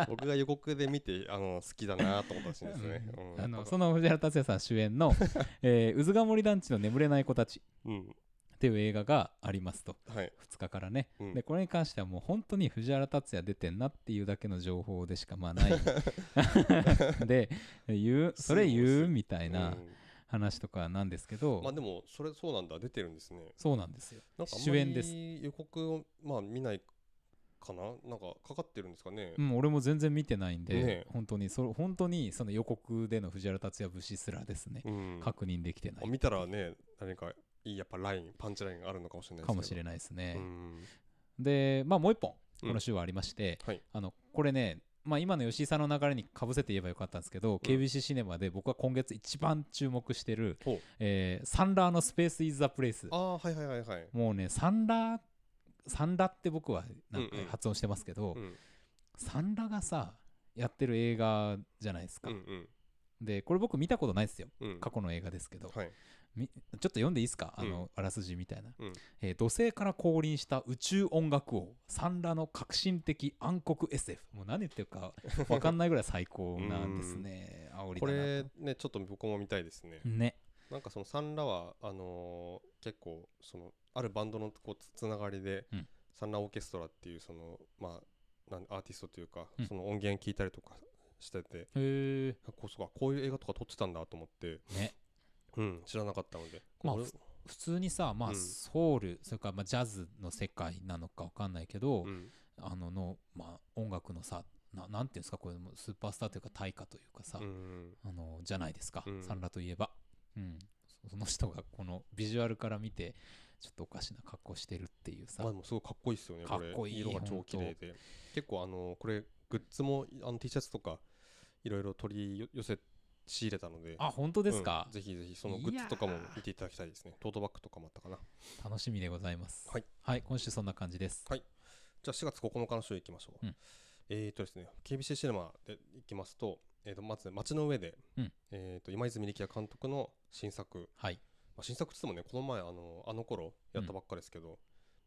S2: ね 僕が予告で見てあの好きだなと思ったらしい んですよね。うん
S1: あ
S2: や
S1: の
S2: っぱ
S1: その藤原竜也さん主演 の「えー、うずが森団地の眠れない子たち」
S2: うん
S1: っていう映画がありますと
S2: はい
S1: 2日からね
S2: うん
S1: でこれに関してはもう本当に藤原竜也出てんなっていうだけの情報でしかまあ ないで言うそれ言うみたいな
S2: う
S1: 話とかなんですけ
S2: んまあ
S1: ど
S2: でもそれそうなんだ出てるんですね。
S1: そうなんですよ
S2: なんかあんまり
S1: 主演です
S2: 予告をまあ見ないかななんかかかってるんですかね
S1: う。ん俺も全然見てないん
S2: ね
S1: で
S2: え
S1: 本当にそれ本当にその予告での藤原竜也節すらですね
S2: うん
S1: 確認できてな
S2: あ
S1: い
S2: 見たらね何かいいやっぱラインパンチラインがあるのかもしれないです
S1: かもしれ
S2: ない。
S1: ないですね
S2: うん
S1: でまあもう一本
S2: うん
S1: この週はありまして
S2: はい
S1: あのこれねまあ今の吉井さんの流れにかぶせて言えばよかったんですけど、KBC シネマで僕は今月一番注目してる、
S2: ほう
S1: えーサンラーのスペースイズザプレイス
S2: あ。あはいはいはいはい。
S1: もうね、サンラー、サンラって僕はなんか
S2: うんうん
S1: 発音してますけど、
S2: うん
S1: サンラがさ、やってる映画じゃないです
S2: う
S1: か。
S2: んうん
S1: で、これ僕見たことないですよ。
S2: うん
S1: 過去の映画ですけど、
S2: はい
S1: みちょっと読んでいいですかあの、
S2: う
S1: あらすじみたいな、
S2: うん
S1: えー土星から降臨した宇宙音楽王サンラの革新的暗黒 SF もう何言ってるか分かんないぐらい最高なんです ね煽り
S2: こ
S1: だなと
S2: れねちょっと僕も見たいですね。
S1: ね
S2: なんかそのサンラはあのー結構そのあるバンドのこうつつながりで、
S1: うん
S2: サンラオーケストラっていうそのまあなんアーティストというか、
S1: うん
S2: その音源聞いたりとかしてて
S1: へえ
S2: あこうそうかこういう映画とか撮ってたんだと思って、
S1: ね
S2: うん、知らなかったので、
S1: まあ
S2: これ
S1: ふ普通にさ、ま
S2: う
S1: あ、
S2: ん
S1: ソウル、それからまあジャズの世界なのかわかんないけど、
S2: うん
S1: あのの、まあ、音楽のさななんていうんですかこれもスーパースターというか大家というかさ、
S2: うん
S1: あのじゃないですか、
S2: うん
S1: サンラといえば、うん、そその人がこのビジュアルから見てちょっとおかしな格好してるっていうさ、
S2: まあでもすごいかっこいいですよね
S1: かっこいい
S2: れ色が超綺麗で結構あのこれグッズもあの T シャツとかいろいろ取り寄せ仕入れたので
S1: あ本当ですか、
S2: うんぜひぜひそのグッズとかも見ていただきたいですねトートバッグとかもあったかな
S1: 楽しみでございます
S2: はい、
S1: 今週そんな感じです
S2: じゃあ4月9日の週いきましょう、
S1: うん
S2: えーとですね KBC シネマでいきますと,、えー、とまず街の上で、
S1: うん
S2: えー、と今泉力也監督の新作、
S1: はい
S2: まあ、新作っつってもねこの前あのあの頃やったばっかですけど、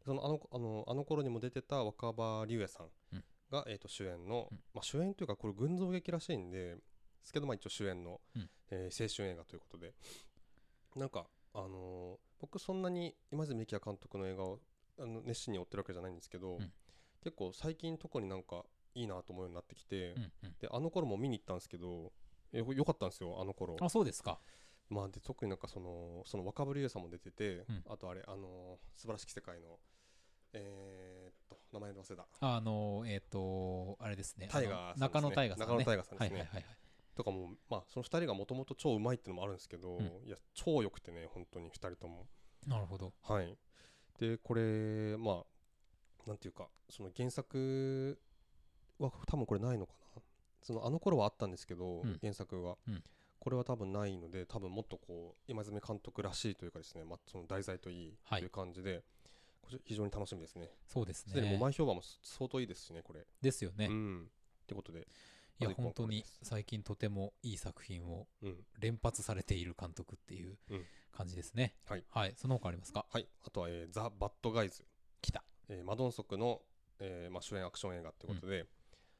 S2: そのあのあのあの頃にも出てた若葉龍也さん
S1: うん
S2: が、えー、と主演の、
S1: うん
S2: まあ、主演というかこれ群像劇らしいんでですけどまあ一応主演の、
S1: うん
S2: えー青春映画ということでなんかあのー僕そんなに今泉力也監督の映画をあの熱心に追ってるわけじゃないんですけど、
S1: うん
S2: 結構最近特になんかいいなと思うようになってきて、
S1: うんうん
S2: であの頃も見に行ったんですけどえよよかったんですよあの頃
S1: あそうですか
S2: まあ、で特になんかそのその若ぶりゆさんも出てて、
S1: うん
S2: あとあれあのー素晴らしき世界のえー、っと名前の忘れた
S1: あのえっ、とあれですねあの
S2: タイガーさんですね
S1: 中野タイガーさん、ね、
S2: 中野タイガーさんですね
S1: はいはいはいはい
S2: とかもまあその2人がもともと超うまいってのもあるんですけど、
S1: うん
S2: いや超良くてね本当に2人とも
S1: なるほど
S2: はいでこれまあなんていうかその原作は多分これないのかなそのあの頃はあったんですけど、
S1: うん
S2: 原作は、
S1: うん
S2: これは多分ないので多分もっとこう今泉監督らしいというかですね、まあ、その題材といい
S1: は
S2: と
S1: い
S2: いう感じで、これ非常に楽しみですね
S1: そうです
S2: すでにも
S1: ね
S2: う前評判も相当いいですしねこれ、
S1: ですよね、
S2: うんってことで
S1: いや
S2: まず一本
S1: 本当
S2: これ
S1: に
S2: です
S1: 最近とてもいい作品を
S2: うん
S1: 連発されている監督っていう
S2: うん
S1: 感じですね、
S2: はい
S1: その他ありますか
S2: はいあとは、えーザ・バッドガイズ
S1: 来た
S2: えーマドンソクの、えーまあ、主演アクション映画ってことで、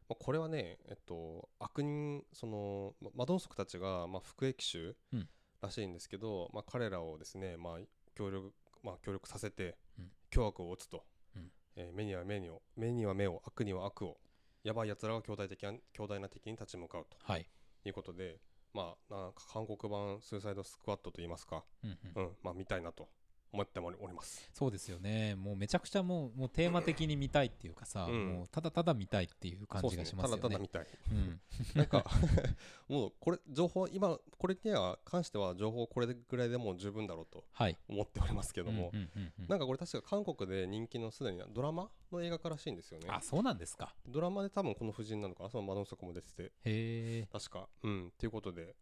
S2: まあ、これはね、えっと、悪人その、まマドンソクたちが、まあ、服役囚
S1: うん
S2: らしいんですけど、まあ、彼らをですね、まあ、協力まあ、協力させて、
S1: うん
S2: 凶悪を打つと、
S1: うん
S2: えー目には目にを目には目を悪には悪をやばいやつらが強大的な強大な敵に立ち向かうと
S1: はい、
S2: いうことで、まあ、なんか韓国版スーサイドスクワットといいますか、
S1: うんうん
S2: うんまあ、見たいなと思っております。
S1: そうですよねもうめちゃくちゃもうもうテーマ的に見たいっていうかさ、
S2: うん
S1: もうただただ見たいっていう感じがしますよね
S2: そうですねただただ見たい
S1: うん、
S2: なんかもうこれ情報今これには関しては情報これぐらいでもう十分だろうと
S1: はい
S2: 思っておりますけども、
S1: うんうんうんうん
S2: なんかこれ確か韓国で人気のすでにドラマの映画化らしいんですよね
S1: あそうなんですか
S2: ドラマで多分この夫人なのかなそのマドンソクも出てて
S1: へえ
S2: 確かうんっていうことで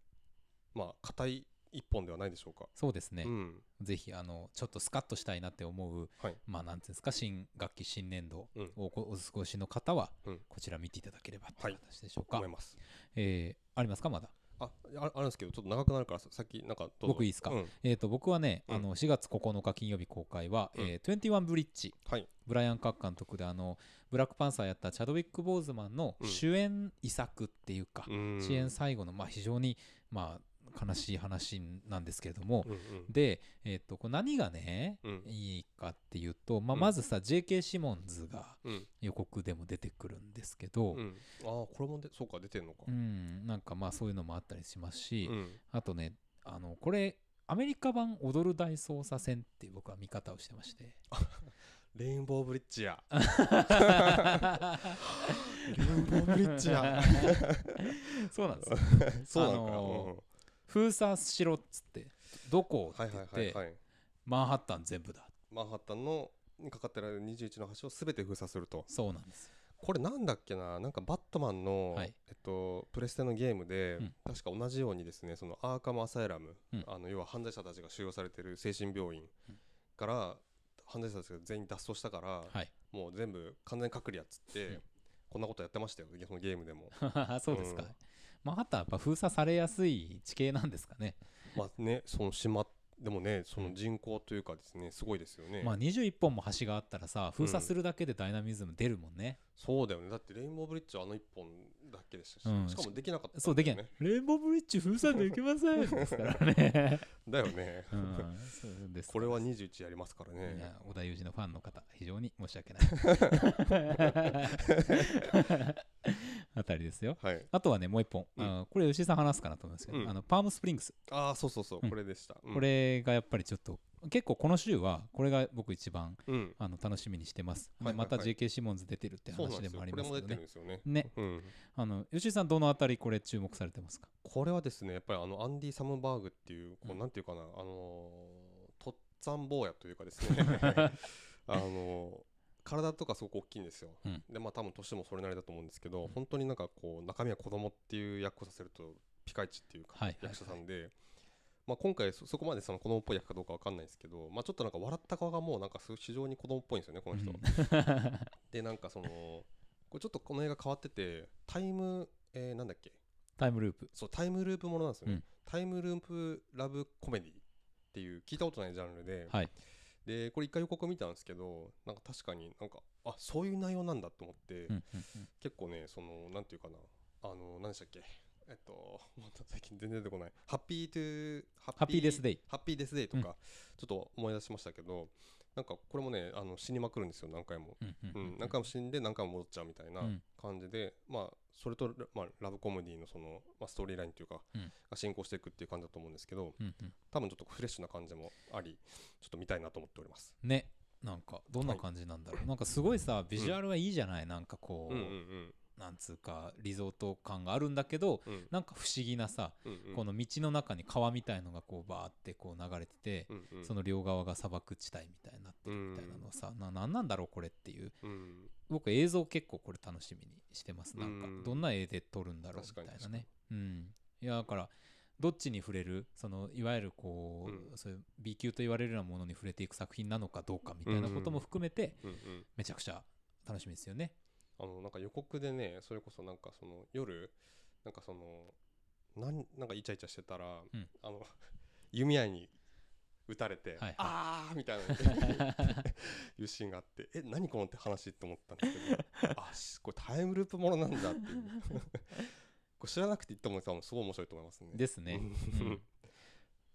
S2: まあ固い一本ではないでしょうか、
S1: そうですね、
S2: うん
S1: ぜひあのちょっとスカッとしたいなって思う、
S2: はい
S1: まあなんていうんですか新学期新年度
S2: うん
S1: をおお過ごしの方は、
S2: うん
S1: こちら見ていただければって
S2: はい
S1: 形でしょうか、
S2: 思います
S1: えーありますかまだ
S2: あああるんですけどちょっと長くなるからささっきなんかどうぞ
S1: 僕いいですか
S2: うん
S1: えー、と僕はね、
S2: うん
S1: あの4月9日金曜日公開は「
S2: うん
S1: えー21ブリッジ」
S2: はい
S1: ブライアン・カッ監督であのブラックパンサーやったチャドウィック・ボーズマンの
S2: うん
S1: 主演遺作っていうか、
S2: うん
S1: 主演最後の、まあ、非常に、まあ、悲しい話なんですけれども、
S2: うんうん
S1: で、えー、とこれ何がね、
S2: うん
S1: いいかっていうと、まあ、
S2: うん
S1: まずさ、J.K. シモンズが
S2: うん
S1: 予告でも出てくるんですけど、
S2: うんああこれもでそうか出てんのか
S1: うんなんかまあそういうのもあったりしますし、
S2: うん
S1: あとね、あの、これ、アメリカ版踊る大捜査線っていう僕は見方をしてまして。
S2: レインボーブリッジやレインボーブリッジや
S1: そうなんですよ。
S2: そうなんか、
S1: あの封鎖しろっつって、どこ
S2: うん
S1: を
S2: は
S1: っ
S2: い
S1: て言っ
S2: はいはい
S1: て、
S2: はい
S1: マンハッタン全部だ。
S2: マンハッタンのにかかってる21の橋をすべて封鎖すると
S1: そうなんですよ。
S2: これなんだっけななんかバットマンの、
S1: はい
S2: えっと、プレステのゲームで、
S1: うん
S2: 確か同じようにですねそのアーカム・アサイラム、
S1: うん
S2: あの要は犯罪者たちが収容されてる精神病院
S1: うん
S2: から、犯罪者たちが全員脱走したから、
S1: はい。
S2: もう全部完全隔離やっつって、
S1: うん
S2: こんなことやってましたよそのゲームでも
S1: そうですか。
S2: うん
S1: マンハッタンはやっぱ封鎖されやすい地形なんですかね。
S2: まあね、その島でもね、そ
S1: うん
S2: の人口というかですね、すごいですよね。
S1: まあ21本も橋があったらさ、封鎖するだけでダイナミズム出るもんね。
S2: そうだよね。だってレインボーブリッジはあの一本だけでしたし、
S1: うん
S2: しかもできなかった、
S1: そう、できない。。レインボーブリッジ封鎖できませんですからね。
S2: だよね。
S1: うん、そうですか
S2: これは21やりますから
S1: い
S2: ね
S1: や。織田裕二のファンの方非常に申し訳 ないあたりですよ
S2: はい。
S1: あとはねもう一本、
S2: うん
S1: あーこれ吉井さん話すかなと思いますけど、
S2: うん
S1: あのパームスプリングス、
S2: ああ、そうそうそう、
S1: うん
S2: これでした。うん
S1: こ、れがやっぱりちょっと結構この週はこれが僕一番
S2: うん。
S1: あの楽しみにしてます、
S2: はいはいはい
S1: また JK シモンズ出てるって
S2: そうな
S1: 話
S2: ん
S1: で
S2: ですよ。
S1: もあ
S2: こ
S1: り
S2: れ
S1: ます
S2: も
S1: けど
S2: 出てるん
S1: ね
S2: ですよね。
S1: ね
S2: うん。
S1: あの吉井さんどのあたりこれ注目されてますか
S2: これはですね、やっぱりあのアンディ・サムバーグっていう、こ
S1: う
S2: うんなんていうかな、あのー、とっつぁん坊やというかで すね、 あのー体とかすごく大きいんですよ。
S1: うん
S2: で、まあ多分年もそれなりだと思うんですけど、
S1: うん
S2: 本当になんかこう、中身は子供っていう役をさせると、ピカイチっていうか
S1: はいはいはい
S2: 役者さんで、まあ、今回そそこまでその子供っぽい役かどうかわかんないですけど、まあ、ちょっとなんか笑った顔がもうなんかす非常に子供っぽいんですよねこの人。でなんかそのこれちょっとこの映画変わっててタイム、えーなんだっけ
S1: タイムループ
S2: そうタイムループものなんですよね、
S1: うん
S2: タイムループラブコメディっていう聞いたことないジャンルで、
S1: はい
S2: でこれ一回予告見たんですけどなんか確かになんかあそういう内容なんだと思って、
S1: うんうんうん
S2: 結構ねそのなんていうかなあの何でしたっけえっと もう最近全然出てこないハッピートゥーハ
S1: ハッピーデスデイ
S2: ハッピーデスデイとか、ちょっと思い出しましたけどなんかこれもねあの死にまくるんですよ何回も、
S1: うんうん
S2: う
S1: うん
S2: ん、何回も死んで何回も戻っちゃうみたいな
S1: うん
S2: 感じで、まあそれとラ、まあ、ラブコメディのその、まあ、ストーリーラインというか、
S1: うん
S2: が進行していくっていう感じだと思うんですけど
S1: うんうん
S2: 多分ちょっとフレッシュな感じもありちょっと見たいなと思っております。
S1: ねなんかどんな感じなんだろう、なんかすごいさビジュアルはいいじゃない、なんかこ
S2: う
S1: う、
S2: んうん
S1: なんつうかリゾート感があるんだけど
S2: うんうん
S1: なんか不思議なさ、
S2: うんうん
S1: この道の中に川みたいのがこうバーってこう流れてて、
S2: うんうん
S1: その両側が砂漠地帯みたいになってるみたいなのさ、ななんなんだろうこれっていう
S2: うん
S1: 僕映像結構これ楽しみにしてますなんか
S2: うん
S1: どんな絵で撮るんだろうみたい
S2: 確
S1: な
S2: かに
S1: ねうんいやだからどっちに触れるそのいわゆるこう、
S2: うん
S1: そういう B 級と言われるようなものに触れていく作品なのかどうかみたいなことも含めて
S2: うんうん
S1: めちゃくちゃ楽しみですよね
S2: あのなんか予告でねそれこそなんかその夜なんかそのなんなんかイチャイチャしてたら、
S1: うん
S2: あの 弓矢に撃たれ
S1: は
S2: て、
S1: いはい
S2: ああみたいな いうシーンがあってえ何このって話って思ったんですけ どあしこれタイムループものなんだっていう これ知らなくて言っても多分すごい面白いと思いますね。
S1: ですね、う
S2: う
S1: んん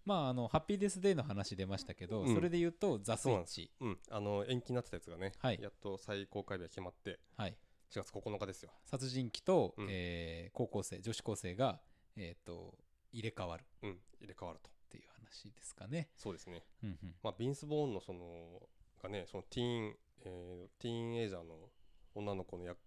S1: まああのハッピーデスデーの話出ましたけど、
S2: うん
S1: それで言うとザ・スイッチ
S2: うん、あの延期になってたやつがね、
S1: はい
S2: やっと最高回日が決まって
S1: はい
S2: 4月9日ですよ。
S1: 殺人鬼と、
S2: うん
S1: えー高校生女子高生がえっ、と入れ替わるっ
S2: うん、入れ替わると
S1: ていう話ですかね
S2: そうですね。
S1: うんうん
S2: まあ、ビンス・ボーンのそのがねそのティーン、えーティーンエイジャーの女の子の役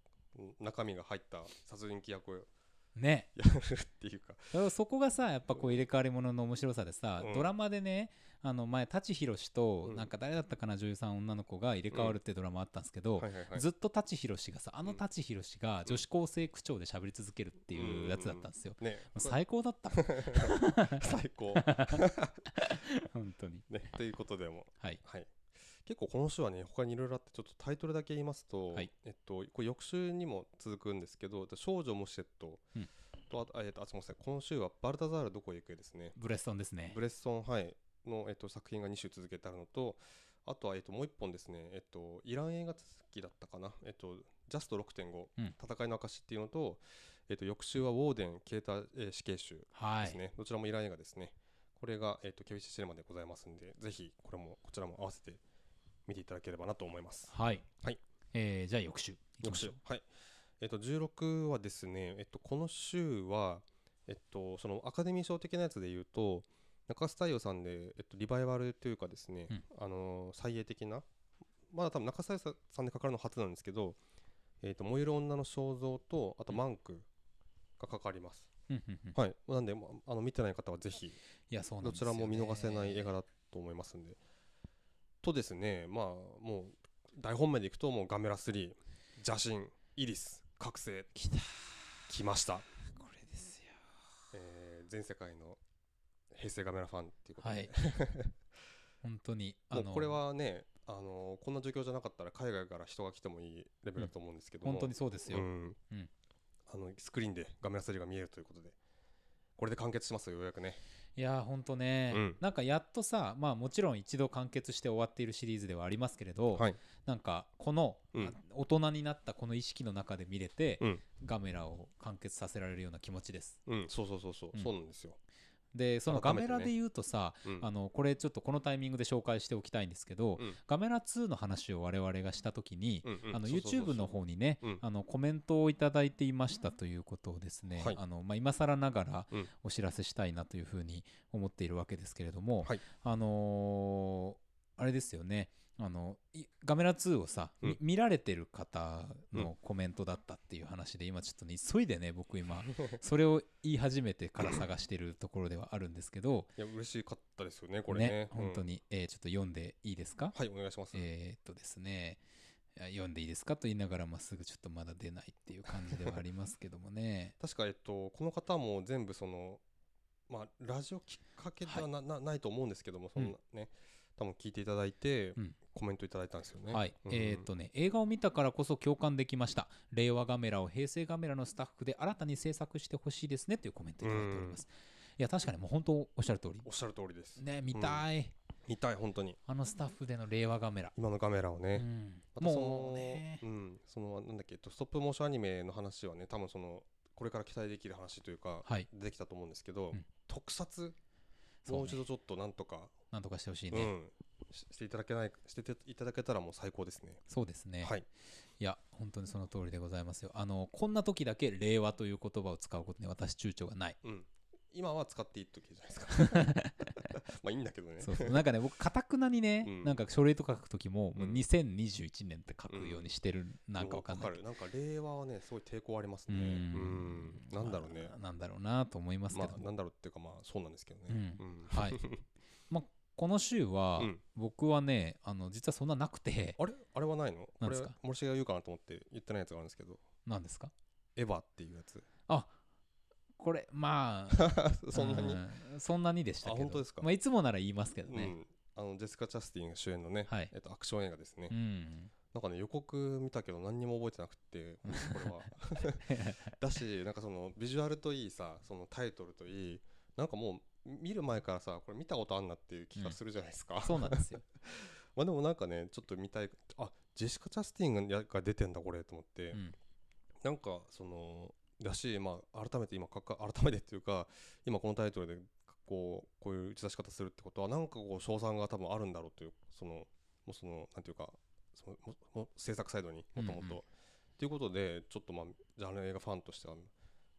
S2: 中身が入った殺人鬼役を
S1: ね
S2: やるっていうか、
S1: だからそこがさやっぱこう入れ替わり者の面白さでさ、
S2: うん
S1: ドラマでねあの前舘ひろしと
S2: うん
S1: なんか誰だったかな女優さん女の子が入れ替わるってドラマあったんですけど、
S2: はいはいはい、
S1: ずっと舘ひろしがさあの舘ひろしが女子高生口調で喋り続けるって
S2: うんうん
S1: い
S2: うん
S1: うやつだったんですよ。
S2: ね
S1: もう 最高だったもん
S2: 最高、
S1: 本当に、
S2: ね、 ということでも、
S1: はい、
S2: はい、結構この週はね他にいろいろあってちょっとタイトルだけ言いますと、
S1: はい
S2: えっと、これ翌週にも続くんですけど「少女モシェット」
S1: うん
S2: とあとあえっとあすみません今週は「バルタザールどこへ行く」ですね。
S1: ブレストンですね
S2: ブレッソン・ハイの、えっと、作品が2週続けてあるのと、あとは、えっと、もう1本ですね、えっと、イラン映画好きだったかな、えっと、ジャスト6.5、
S1: うん
S2: 戦いの証っていうのと、えっと、翌週はウォーデン・ケータ、えー死刑囚
S1: は
S2: です
S1: い
S2: ね、どちらもイラン映画ですね。これが、えっと、ケビシシネマでございますんで、ぜひ、これも、こちらも合わせて見ていただければなと思います。
S1: はい、
S2: はい
S1: えーじゃあ翌週行きま
S2: 翌
S1: し
S2: 週
S1: ょう
S2: はいえっと16はですねえっとこの週はえっとそのアカデミー賞的なやつで言うと中洲太陽さんで、えっと、リバイバルというかですね、
S1: うん
S2: あのー再映的なまだ多分中洲太陽さんでかかるの初なんですけど「えっと燃える女の肖像」とあと「
S1: うん
S2: マンク」がかかります、
S1: うんうんうん
S2: はいなんでまあの見てない方はぜひ
S1: いやそうなん
S2: ど
S1: です
S2: ち
S1: よ
S2: ら
S1: ね
S2: も見逃せない映画だと思いますんでとですねまあもう大本命でいくともうガメラ3邪神イリス覚醒
S1: 来た
S2: 来ました、
S1: これですよ
S2: えー全世界の平成ガメラファンっていうことで、
S1: はい本当に
S2: もうこれはねあのこんな状況じゃなかったら海外から人が来てもいいレベルだと思うんですけども、
S1: 本当にそうですよ、
S2: うん
S1: うん
S2: あのスクリーンでガメラ3が見えるということでこれで完結しますよようやくね
S1: いやーほんとね、
S2: うん
S1: なんかやっとさまあもちろん一度完結して終わっているシリーズではありますけれど、
S2: はい
S1: なんかこの、
S2: うん
S1: あ大人になったこの意識の中で見れて、
S2: うん
S1: ガメラを完結させられるような気持ちです
S2: うんそうそうそうそう、
S1: うん
S2: そうなんですよ、
S1: でそのガ
S2: 改め
S1: メ
S2: てね
S1: ラで言うとさ、
S2: うん
S1: あのこれちょっとこのタイミングで紹介しておきたいんですけど、
S2: うん
S1: ガメラ2の話を我々がした時に、
S2: うんうん
S1: あの
S2: そうそうそうそう
S1: YouTube の方にね、
S2: うん
S1: あのコメントをいただいていましたということをですね、
S2: はい
S1: あのまあ、今更ながら
S2: うん
S1: お知らせしたいなというふうに思っているわけですけれども、
S2: はい
S1: あのーあれですよねあのいガメラ2をさ、み
S2: うん
S1: 見られてる方のコメントだったっていう話で今ちょっとね急いでね僕 今それを言い始めてから探してるところではあるんですけど
S2: いや嬉しかったですよねこれねうん
S1: 本当に、えーちょっと読んでいいですか
S2: はいお願いします、
S1: えーっとですね、あ読んでいいですかと言いながらまっすぐちょっとまだ出ないっていう感じではありますけどもね
S2: 確か、えっと、この方も全部その、まあ、ラジオきっかけではな,、なないと思うんですけどもその、ね多分聞いていただいて、
S1: うん
S2: コメントいただいたんですよ ね。
S1: はい、
S2: うん
S1: えーっとね映画を見たからこそ共感できました令和カメラを平成カメラのスタッフで新たに制作してほしいですねというコメントいただいております、いや確かにもう本当おっしゃる通り
S2: おっしゃる通りです。
S1: ね見たい、
S2: 見たい本当に
S1: あのスタッフでの令和カメラ、
S2: 今のカメラをね。
S1: うん
S2: またその
S1: もうね
S2: うん、そのなんだっけ、えっとストップモーションアニメの話はね、多分そのこれから期待できる話というか、
S1: はい
S2: 出てきたと思うんですけど、
S1: うん
S2: 特撮、
S1: そうね
S2: もう一度ちょっとなんとか、
S1: なんとかしてほしいうね、
S2: ん、ししていただけない、してていただけたらもう最高ですね。
S1: そうですね、
S2: はい、
S1: いや本当にその通りでございますよあのこんな時だけ令和という言葉を使うことに私躊躇がない
S2: うん、今は使っていい時じゃないですか。 まあいいんだけどね。
S1: そうそうなんかね僕かたくなにね、
S2: うん
S1: なんか書類とか書く時ももううん2021年って書くようにしてる、なんかわかんない
S2: わる。なんか令和はね、すごい抵抗あります
S1: う
S2: ね。
S1: ん
S2: うん、なんだろうね
S1: まあ。なんだろうなと思いますけ
S2: ま
S1: ど
S2: あ
S1: も、
S2: なんだろうっていうかまあそうなんですけどね。
S1: うん
S2: うん
S1: はいまあこの週は、
S2: うん
S1: 僕はねあの実はそんななく て
S2: あれあれはないの
S1: なんで
S2: これ
S1: すか
S2: 森重が言うかなと思って言ってないやつがあるんですけど
S1: なんですか
S2: エヴァっていうやつ
S1: これまあ
S2: そんなに、
S1: うんそんなにでしたけど
S2: あ本当ですか
S1: まあ、いつもなら言いますけど
S2: う
S1: ね、
S2: ん、あのジェスカ・チャスティンが主演のね、
S1: はい
S2: えっと、アクション映画ですね、
S1: うん
S2: なんかね予告見たけど何にも覚えてなくてこれはだしなんかそのビジュアルといいさそのタイトルといいなんかもう見る前からさこれ見たことあんなっていう気がするじゃないですか、
S1: そうなんですよ
S2: まあでもなんかねちょっと見たいあジェシカ・チャスティンがやが出てんだこれと思って、
S1: うん
S2: なんかそのだし、まあ、改めて今かか改めてっていうか今このタイトルでこうこういう打ち出し方するってことはなんかこう賞賛が多分あるんだろうというそのもうそのなんていうかそのもも制作サイドにもとも
S1: うんうん
S2: と。ということでちょっとまあジャンル映画ファンとしては、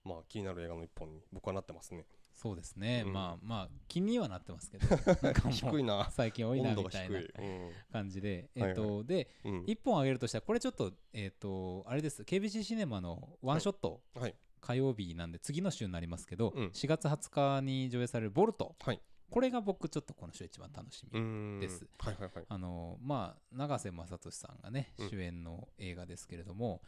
S2: まあ、気になる映画の一本に僕はなってますね。
S1: そうですね、
S2: うん
S1: まあまあ気にはなって ますけどなんか も
S2: 低いうな
S1: 最近多いな
S2: 温度
S1: み
S2: が
S1: た
S2: 低。
S1: いない
S2: うん
S1: 感じで、えっ、
S2: はいはい
S1: と、で
S2: うん
S1: 一本あげるとしたらこれちょっとえっ、とあれです KBC シネマのワンショット、
S2: はい
S1: 火曜日なんで次の週になりますけど、
S2: うん
S1: 4月20日に上映される「ボルト」
S2: はい
S1: これが僕ちょっとこの週一番楽しみ、
S2: うん
S1: です
S2: はいはいはい。
S1: あのまあ永瀬正敏さんがね
S2: うん
S1: 主演の映画ですけれども、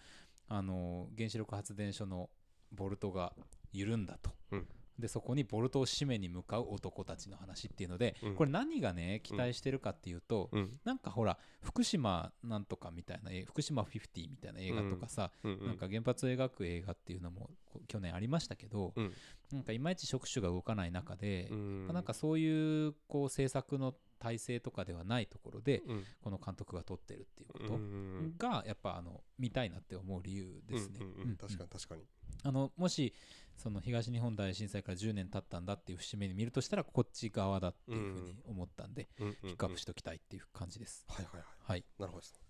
S1: あの原子力発電所のボルトが緩んだと、
S2: うん
S1: でそこにボルトを締めに向かう男たちの話っていうので、
S2: うん
S1: これ何がね期待してるかっていうと、
S2: うん
S1: なんかほら福島なんとかみたいなえ福島50みたいな映画とかさ、
S2: うんう
S1: なんか原発を描く映画っていうのもこ去年ありましたけど、
S2: うん
S1: なんかいまいち触手が動かない中で、
S2: うん
S1: なんかそういうこう制作の体制とかではないところで
S2: うん
S1: この監督が撮ってるっていうこ
S2: う
S1: と
S2: ん
S1: がやっぱあの見たいなって思う理由ですね。
S2: うんうんうん
S1: うんうん
S2: 確かに確かに。
S1: あのもしその東日本大震災から10年経ったんだっていう節目に見るとしたらこっち側だっていうふうに思ったんでピ
S2: ピ
S1: ックアップしておきたいっていう感じです。
S2: はいはいはい。
S1: はい、
S2: なるほどですね。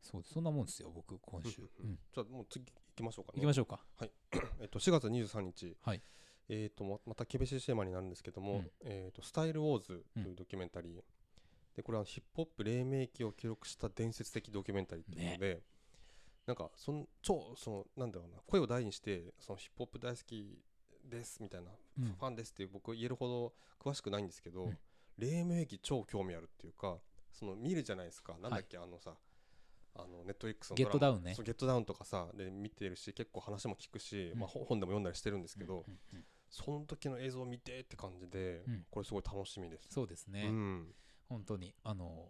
S1: そうそんなもんですよ僕今週。
S2: うんうん
S1: うん
S2: じゃあもう次行きましょうか
S1: 行
S2: ね。
S1: きましょうか。
S2: えっと4月23日。
S1: はい。
S2: えっとままた厳しいシーマになるんですけど
S1: う
S2: も
S1: ん、
S2: えっとスタイルウォーズというドキュメンタリー。でこれはヒップホップ黎明期を記録した伝説的ドキュメンタリーというので。なんかその超そのなんだろうな声を大にしてそのヒップホップ大好きですみたいな、
S1: うん
S2: ファンですって僕言えるほど詳しくないんですけど、
S1: うん
S2: 黎明期超興味あるっていうかその見るじゃないですかなんだっけ、あのさあのネットリックスの
S1: ゲット
S2: ドラマ
S1: ダウンね
S2: そうゲットダウンとかさで見てるし結構話も聞くし、
S1: うん
S2: まあ、本本でも読んだりしてるんですけど、
S1: うんうんうん
S2: その時の映像を見てって感じで、
S1: うん
S2: これすごい楽しみです。
S1: そうですね、
S2: うん
S1: 本当にあの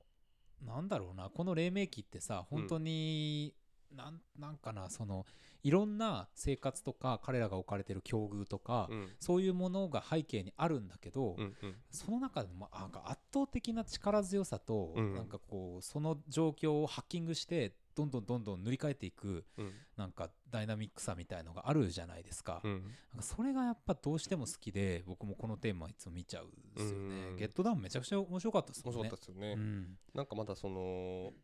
S1: なんだろうなこの黎明期ってさ本当に、なんなんかなそのいろんな生活とか彼らが置かれてる境遇とか、
S2: うん
S1: そういうものが背景にあるんだけど、
S2: うんうん
S1: その中でもなんか圧倒的な力強さと、
S2: うん
S1: なんかこうその状況をハッキングしてどんどんどんどん塗り替えていく
S2: うん
S1: なんかダイナミックさみたいのがあるじゃないですか。
S2: うん
S1: なんかそれがやっぱどうしても好きで僕もこのテーマいつも見ちゃうんですよ
S2: う
S1: ね。
S2: ん
S1: ゲットダウンめちゃくちゃ面白かったですも
S2: 面
S1: んね。
S2: 白かったですよね。
S1: うん
S2: なんかまだその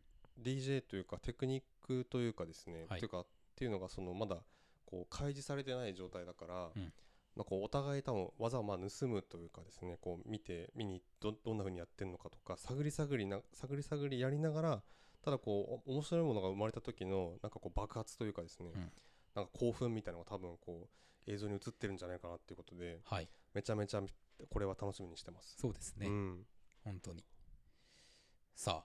S2: DJ というかテクニックというかですね、
S1: はい
S2: というかっていうのがそのまだこう開示されてない状態だから、
S1: うん
S2: まあこうお互い多分技をまあ盗むというかですねこう見て見にどどんな風にやってるのかとか探り探りな探り探りやりながらただこうお面白いものが生まれた時のなんかこう爆発というかですね、
S1: うん
S2: なんか興奮みたいなのが多分こう映像に映ってるんじゃないかなっていうことで
S1: はい、
S2: めちゃめちゃこれは楽しみにしてます。
S1: そうですね、
S2: うん
S1: 本当に。さあ、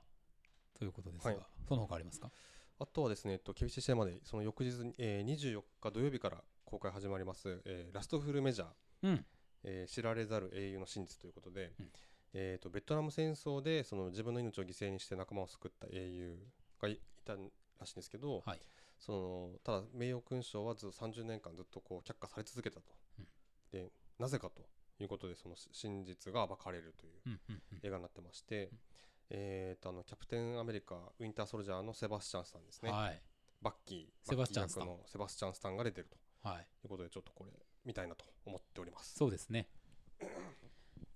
S1: とということですが、
S2: はい
S1: その他ありますか
S2: あとはですね、えっと、KBC 試合まで、その翌日に、えー、24日土曜日から公開始まります、えーラストフルメジャー、
S1: うん
S2: えー知られざる英雄の真実ということで、
S1: うん
S2: えー、とベトナム戦争でその自分の命を犠牲にして仲間を救った英雄がいいたらしいんですけど、
S1: はい
S2: そのただ名誉勲章はずっと30年間ずっとこう却下され続けたと、
S1: うん
S2: でなぜかということでその真実が暴かれるという
S1: うんうんうん
S2: 映画になってまして、えー、とあのキャプテンアメリカウィンターソルジャーのセバスチャンさんですね、
S1: はい
S2: バッキー
S1: セバスチャン
S2: バッキー役のセバスチャンスタンが出てると
S1: はい
S2: いうことでちょっとこれ見たいなと思っております
S1: そうですね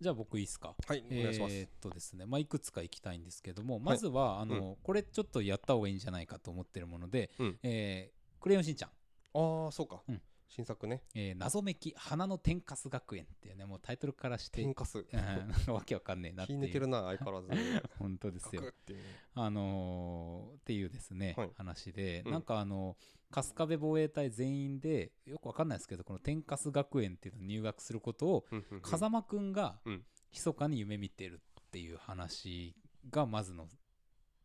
S1: じゃあ僕いいですか
S2: はいお願いします、
S1: えーっとですね、まあ、いくつか行きたいんですけども、まずは、あの、これちょっとやった方がいいんじゃないかと思ってるもので、
S2: うん
S1: えークレヨンしんちゃん、
S2: ああそうか、
S1: うん
S2: 新作ね
S1: えー謎めき花の天かす学園っていうね、もうタイトルからして、
S2: 天か す
S1: うんなんかわけわかんねえなってい
S2: 気
S1: う。
S2: 抜けるな相変 わらず
S1: 本当です
S2: ガ
S1: よ
S2: ク。っていうね
S1: あのーっていうですね、
S2: はい
S1: 話で、
S2: うん
S1: なんかあの春日部防衛隊全員でよくわかんないですけどこの天かす学園っていうのに入学することを
S2: うんうんうん
S1: 風間くんが
S2: うん
S1: 密かに夢見てるっていう話がまずの、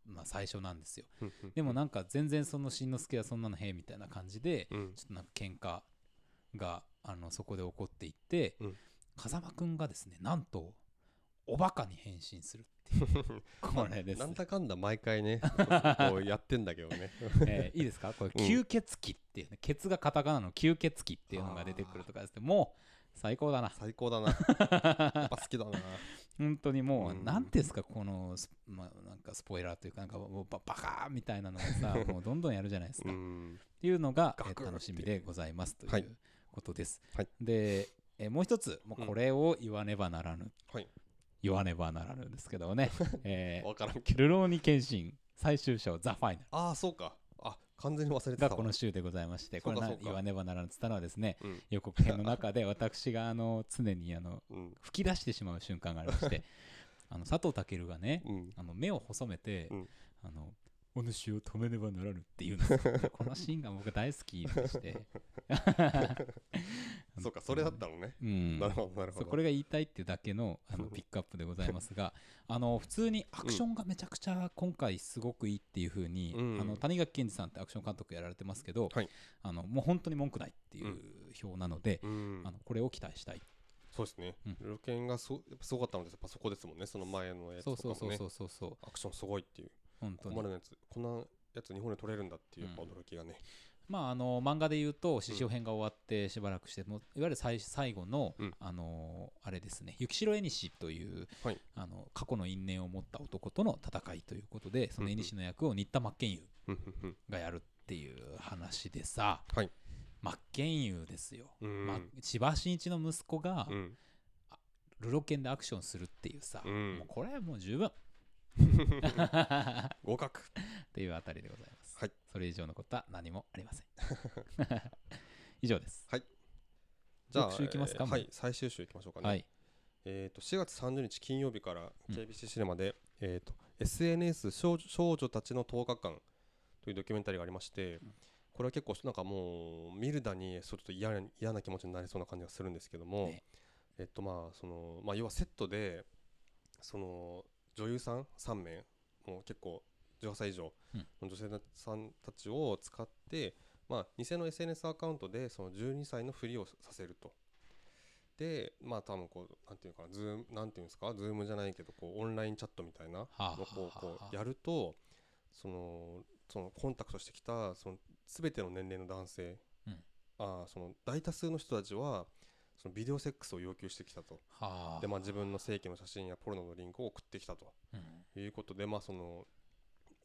S1: まあ、最初なんですよ
S2: うんうん
S1: でもなんか全然そのしんのすけはそんなのへえみたいな感じで
S2: うん
S1: ちょっとなんか喧嘩があのそこで起こっていって、
S2: うん
S1: 風間くんがですねなんとおバカに変身するっていう これです
S2: なんだかんだ毎 回ねこうやってんだけどね
S1: えーいいですかこれ
S2: うん
S1: 吸血鬼っていうね、血がカタカナの吸血鬼っていうのが出てくるとかですねもう最高だな
S2: 最高だなやっぱ好きだな
S1: 本当にもう、
S2: うん
S1: なんていうんですかこのス,、まあ、なんかスポイラーというかなんかもうババカーみたいなのを さもうどんどんやるじゃないですか、
S2: う
S1: っ
S2: ん
S1: ていうのが、えー
S2: ガクッ
S1: 楽しみでございますとい
S2: はいう
S1: ことです、
S2: はい
S1: で、えーもう一つもうこれを言わねばならぬ、
S2: はい
S1: 言わねばならぬですけ どね、えー
S2: 分からんけど
S1: ルローニケンシン最終章ザ・ファイナル
S2: ああそうかあ完全に忘れて
S1: が
S2: たわ
S1: この週でございましてこれ
S2: そうか
S1: な
S2: そうか
S1: 言わねばならぬっつったのはですね
S2: うん
S1: 予告編の中 で私があの常にあの
S2: うん
S1: 吹き出してしまう瞬間がありましてあの佐藤健がね
S2: うん
S1: あの目を細めて、
S2: うん
S1: あのお主を止めねばならぬって言うん ですよこのシーンが僕大好きでして
S2: そうかそれだったのね
S1: うん
S2: なるほどなるほ
S1: そう
S2: ど
S1: これが言いたいっていうだけのあのピックアップでございますがあの普通にアクションがめちゃくちゃ今回すごくいいっていう風に、
S2: うん
S1: あの谷垣健二さんってアクション監督やられてますけど、
S2: はい
S1: あのもう本当に文句ないっていう表なので、
S2: うん
S1: あのこれを期待したい、
S2: そうですね
S1: うん。
S2: ルケンがそやっぱすごかったので、やっぱそこですもんね。その前のやつ
S1: そ
S2: と
S1: うそう
S2: か
S1: そ
S2: も
S1: う
S2: ね
S1: そ。うそうそう
S2: アクションすごいっていう。
S1: 本当
S2: ここ
S1: に
S2: までのやつ、こんなやつ日本で撮れるんだっていうやっぱ
S1: うん
S2: 驚きがね。
S1: まああの漫画で言うと獅子王編が終わってしばらくしてもういわゆる最最後の、
S2: うん
S1: あのーあれですね雪代縁西という、
S2: はい
S1: あの過去の因縁を持った男との戦いということでその
S2: うんうん
S1: 縁西の役を新田真剣佑
S2: うんうん
S1: がやるっていう話でさ、
S2: はい
S1: 真剣佑ですよ、
S2: うん
S1: ま千葉真一の息子が
S2: うんうん
S1: ルロケンでアクションするっていうさ、
S2: うん
S1: もうこれはもう十 分
S2: 合格。
S1: っていうあたりでございます、
S2: はい
S1: それ以上のことは何もありませ ん以上です
S2: じゃあ
S1: 翌週行きますか
S2: えー
S1: もう
S2: はい、最終週いきましょうか
S1: は
S2: ね。
S1: い
S2: えっと4月30日金曜日から
S1: うん
S2: KBC シネマでえっと SNS 少女少女たちの10日間というドキュメンタリーがありまして
S1: ん。
S2: これは結構なんかもう見るだにそうちょっと嫌な嫌な気持ちになりそうな感じがするんですけども、
S1: ね
S2: えっとまあそのまあ要はセットでその女優さん3名もう結構18歳以上
S1: うん
S2: の女性さんたちを使って、まあ、偽の SNS アカウントでその12歳のふりをさせると。でまあ多分こうなんていうのかなズームなんていうんですかズームじゃないけどこうオンラインチャットみたいな
S1: はあ
S2: のこうこ
S1: はあはあ
S2: うやるとそのそのコンタクトしてきたその全ての年齢の男性、
S1: うん
S2: あーその大多数の人たちはそのビデオセックスを要求してきたと
S1: はあ
S2: で、まあ、自分の正規の写真やポルノのリンクを送ってきたと
S1: うん
S2: いうことで、まあ、その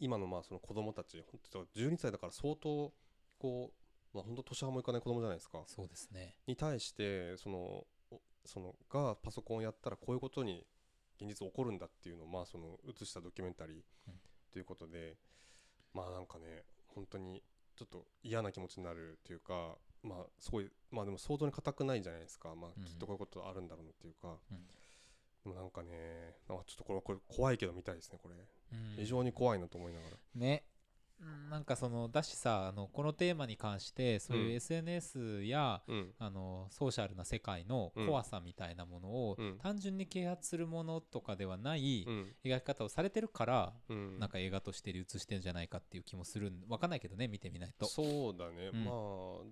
S2: 今のまあその子供たち本当12歳だから相当こう、まあ、本当年半もいかない子供じゃないですか
S1: そうですね
S2: に対してそのおそのがパソコンをやったらこういうことに現実起こるんだっていうのをまあその映したドキュメンタリー
S1: うん
S2: ということで、まあなんかね本当にちょっと嫌な気持ちになるというかまあすごいまあでも想像に固くないじゃないですかま
S1: うん
S2: あきっとこういうことあるんだろうなっていうか、
S1: うん
S2: でもなんかねなんかちょっとこれはこれ怖いけど見たいですねこれ、
S1: うん
S2: 非常に怖いなと思いながら
S1: ねうんなんかそのだしさあのこのテーマに関してそういううん SNS や、
S2: うん
S1: あのソーシャルな世界の
S2: うん
S1: 怖さみたいなものを、
S2: うん
S1: 単純に啓発するものとかではない
S2: うん
S1: 描き方をされてるから、
S2: うん
S1: なんか映画として流通してるんじゃないかっていう気もするんわかんないけどね見てみないと。
S2: そうだね、
S1: うん
S2: まあ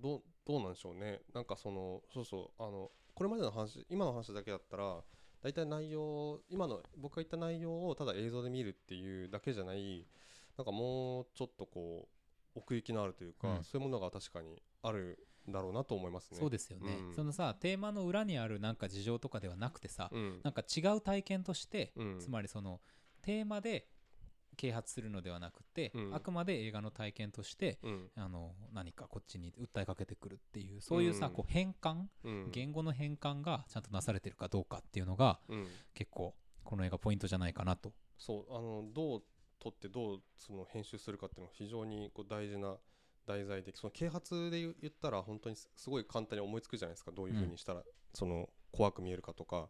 S2: どうどうなんでしょうねなんかそのそうそうあのこれまでの話今の話だけだったら大体内容今の僕が言った内容をただ映像で見るっていうだけじゃないなんかもうちょっとこう奥行きのあるというか、
S1: うん
S2: そういうものが確かにあるんだろうなと思いますね。
S1: そうですよね、
S2: うん
S1: そのさテーマの裏にあるなんか事情とかではなくてさ、
S2: うん
S1: なんか違う体験として、
S2: うん
S1: つまりそのテーマで啓発するのではなくて、
S2: うん
S1: あくまで映画の体験として
S2: うん
S1: あの何かこっちに訴えかけてくるっていうそういうさ、
S2: うん
S1: こう変換
S2: うん
S1: 言語の変換がちゃんとなされてるかどうかっていうのが
S2: うん
S1: 結構この映画ポイントじゃないかなと。
S2: そうあのどう撮ってどうその編集するかっていうのは非常にこう大事な題材でその啓発で言う言ったら本当にすすごい簡単に思いつくじゃないですかどういうふうにしたらその怖く見えるかとかっ